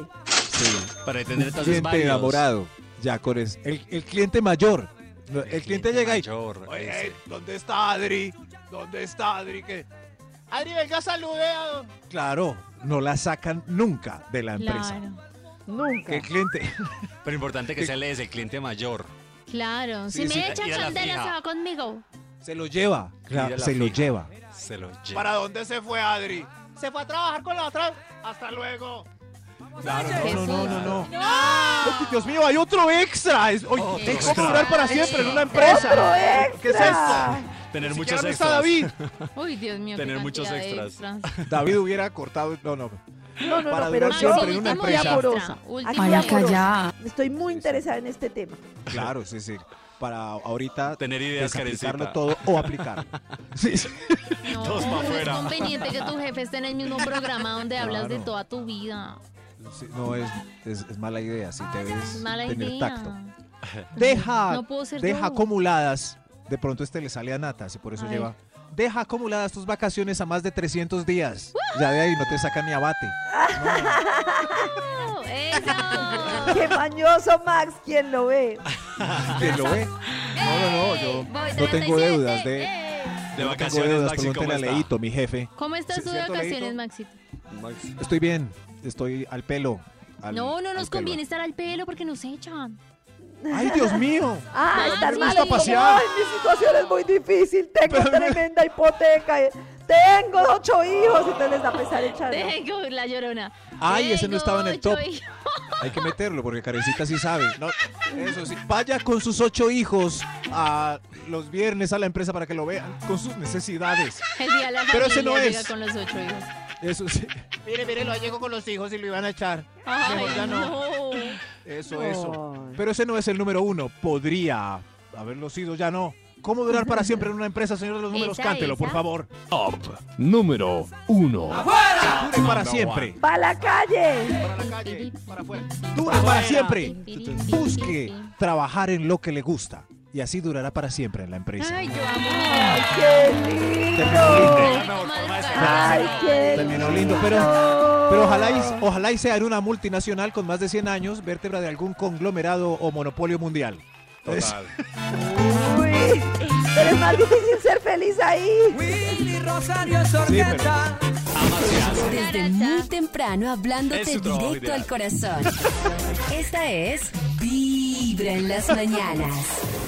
S4: Para tener
S1: Un
S4: entonces
S1: cliente
S4: varios.
S1: enamorado. Ya, con es- el, el cliente mayor. No, El, cliente, llega y. eh,
S4: Mayor,
S9: Oye,
S4: ese.
S9: ey, ¿dónde está Adri? ¿Dónde está Adri? Que
S10: Adri, venga, salude a don-
S1: Claro, no la sacan nunca de la empresa.
S3: Claro,
S5: Nunca.
S1: Que el cliente.
S4: Pero importante que sea el es el cliente mayor.
S3: claro.
S1: Sí,
S3: Si
S1: sí,
S3: me echan
S4: ir a la
S3: candela,
S4: fija.
S3: se va conmigo.
S1: Se lo lleva.
S4: Mira
S1: claro,
S4: la
S1: se lo
S4: fija.
S1: lleva.
S4: Se lo lleva.
S9: ¿Para dónde se fue Adri?
S10: se fue a trabajar con la otra. Hasta luego.
S1: Claro, no, no, no, no, no.
S9: Ay, Dios mío, hay otro extra. Es, oye, ¿cómo
S1: extra.
S9: durar para siempre en una empresa?
S5: ¡Otro
S9: ¿Qué es
S5: extra!
S9: esto?
S4: Tener
S9: Ni siquiera
S4: muchos
S9: no está
S4: extras.
S9: David.
S3: Uy, Dios mío. qué
S4: Tener muchos
S3: cantidad de
S4: extras.
S1: David hubiera cortado. No, no.
S5: No, no,
S1: Para
S5: no,
S1: durar
S5: pero
S1: siempre
S5: no,
S1: en una
S5: aquí
S1: empresa.
S5: amorosa.
S3: Última.
S5: Aquí
S3: Marica,
S5: amorosa.
S3: ya.
S5: Estoy muy interesada en este tema.
S1: Claro, sí, sí. Para ahorita.
S4: Tener ideas,
S1: desaplicarlo
S4: Karencita.
S1: todo o aplicarlo. Sí, sí.
S3: No,
S4: Todos pa'
S3: no es
S4: afuera.
S3: conveniente que tu jefe esté en el mismo programa donde hablas de
S1: Claro.
S3: toda tu vida.
S1: Sí, No, es, es, es mala idea si te ves
S3: Mala
S1: tener
S3: idea.
S1: tacto. Deja,
S3: No puedo ser
S1: deja
S3: yo.
S1: acumuladas. De pronto este le sale a Natas y por eso
S3: Ay.
S1: lleva. Deja acumuladas tus vacaciones a más de 300 días. Ya de ahí no te sacan ni abate.
S3: No, ¡Eso!
S5: ¡Qué mañoso, Max! ¿Quién lo ve?
S1: ¿Quién lo ve? No, no, no, yo
S3: Voy,
S1: no tengo
S3: 37,
S1: deudas de-
S3: ¡eh!
S4: De
S1: no tengo
S4: vacaciones,
S1: deudas.
S4: Maxi, ¿cómo
S1: Pregúntele a
S4: está?
S1: Leito, mi jefe.
S3: ¿Cómo estás
S1: ¿Sí-
S3: tú de
S1: cierto,
S3: vacaciones,
S1: Leito?
S3: Maxito?
S1: Estoy bien, estoy al pelo. al-
S3: no, no
S1: al
S3: nos
S1: pelo.
S3: conviene estar al pelo porque nos echan.
S1: ¡Ay, Dios mío!
S5: Ah,
S3: Max,
S5: estar
S3: sí.
S5: mal.
S3: Gusta
S5: como,
S1: pasear.
S5: Ay, mi situación es muy difícil. Tengo tremenda hipoteca. eh, Tengo ocho hijos. Entonces les da pesar echarlo.
S3: Tengo la llorona.
S1: Ay, ese no estaba en el
S3: Tengo
S1: top.
S3: ocho hijos.
S1: Hay que meterlo porque Karencita sí sabe. No, eso sí. Vaya con sus ocho hijos a los viernes a la empresa para que lo vean con sus necesidades.
S3: El día de la
S1: Pero ese no
S3: familia llega
S1: es.
S3: con los ocho hijos.
S1: Eso sí.
S10: Mire, mire, lo llegó con los hijos y lo iban a echar.
S3: Ay,
S10: Mejor ya no.
S3: no.
S1: Eso, eso. Pero ese no es el número uno. Podría haberlo sido, ya no. ¿Cómo durar para siempre en una empresa, señor de los números?
S3: Esa,
S1: Cántelo, por
S3: esa.
S1: favor.
S13: Top número 1.
S1: Dure para siempre.
S5: ¡Para la calle!
S9: Para la calle, para afuera.
S1: Dure para siempre.
S3: Pim, pim,
S1: Busque
S3: pim, pim.
S1: trabajar en lo que le gusta. Y así durará para siempre en la empresa.
S3: Ay, yo amo.
S5: ¡Qué lindo!
S3: Tengo más
S5: ¡Ay,
S3: ganas.
S5: qué
S1: Terminó lindo, pero, pero ojalá, y, ojalá y sea en una multinacional con más de 100 años, vértebra de algún conglomerado o monopolio mundial. Es-
S4: Total.
S5: Uy, pero es más difícil ser feliz ahí.
S1: sí, pero-
S7: Desde muy temprano
S4: Es
S7: hablándote
S4: su trabajo
S7: directo
S4: ideal.
S7: al corazón. Esta es Vibra en las mañanas.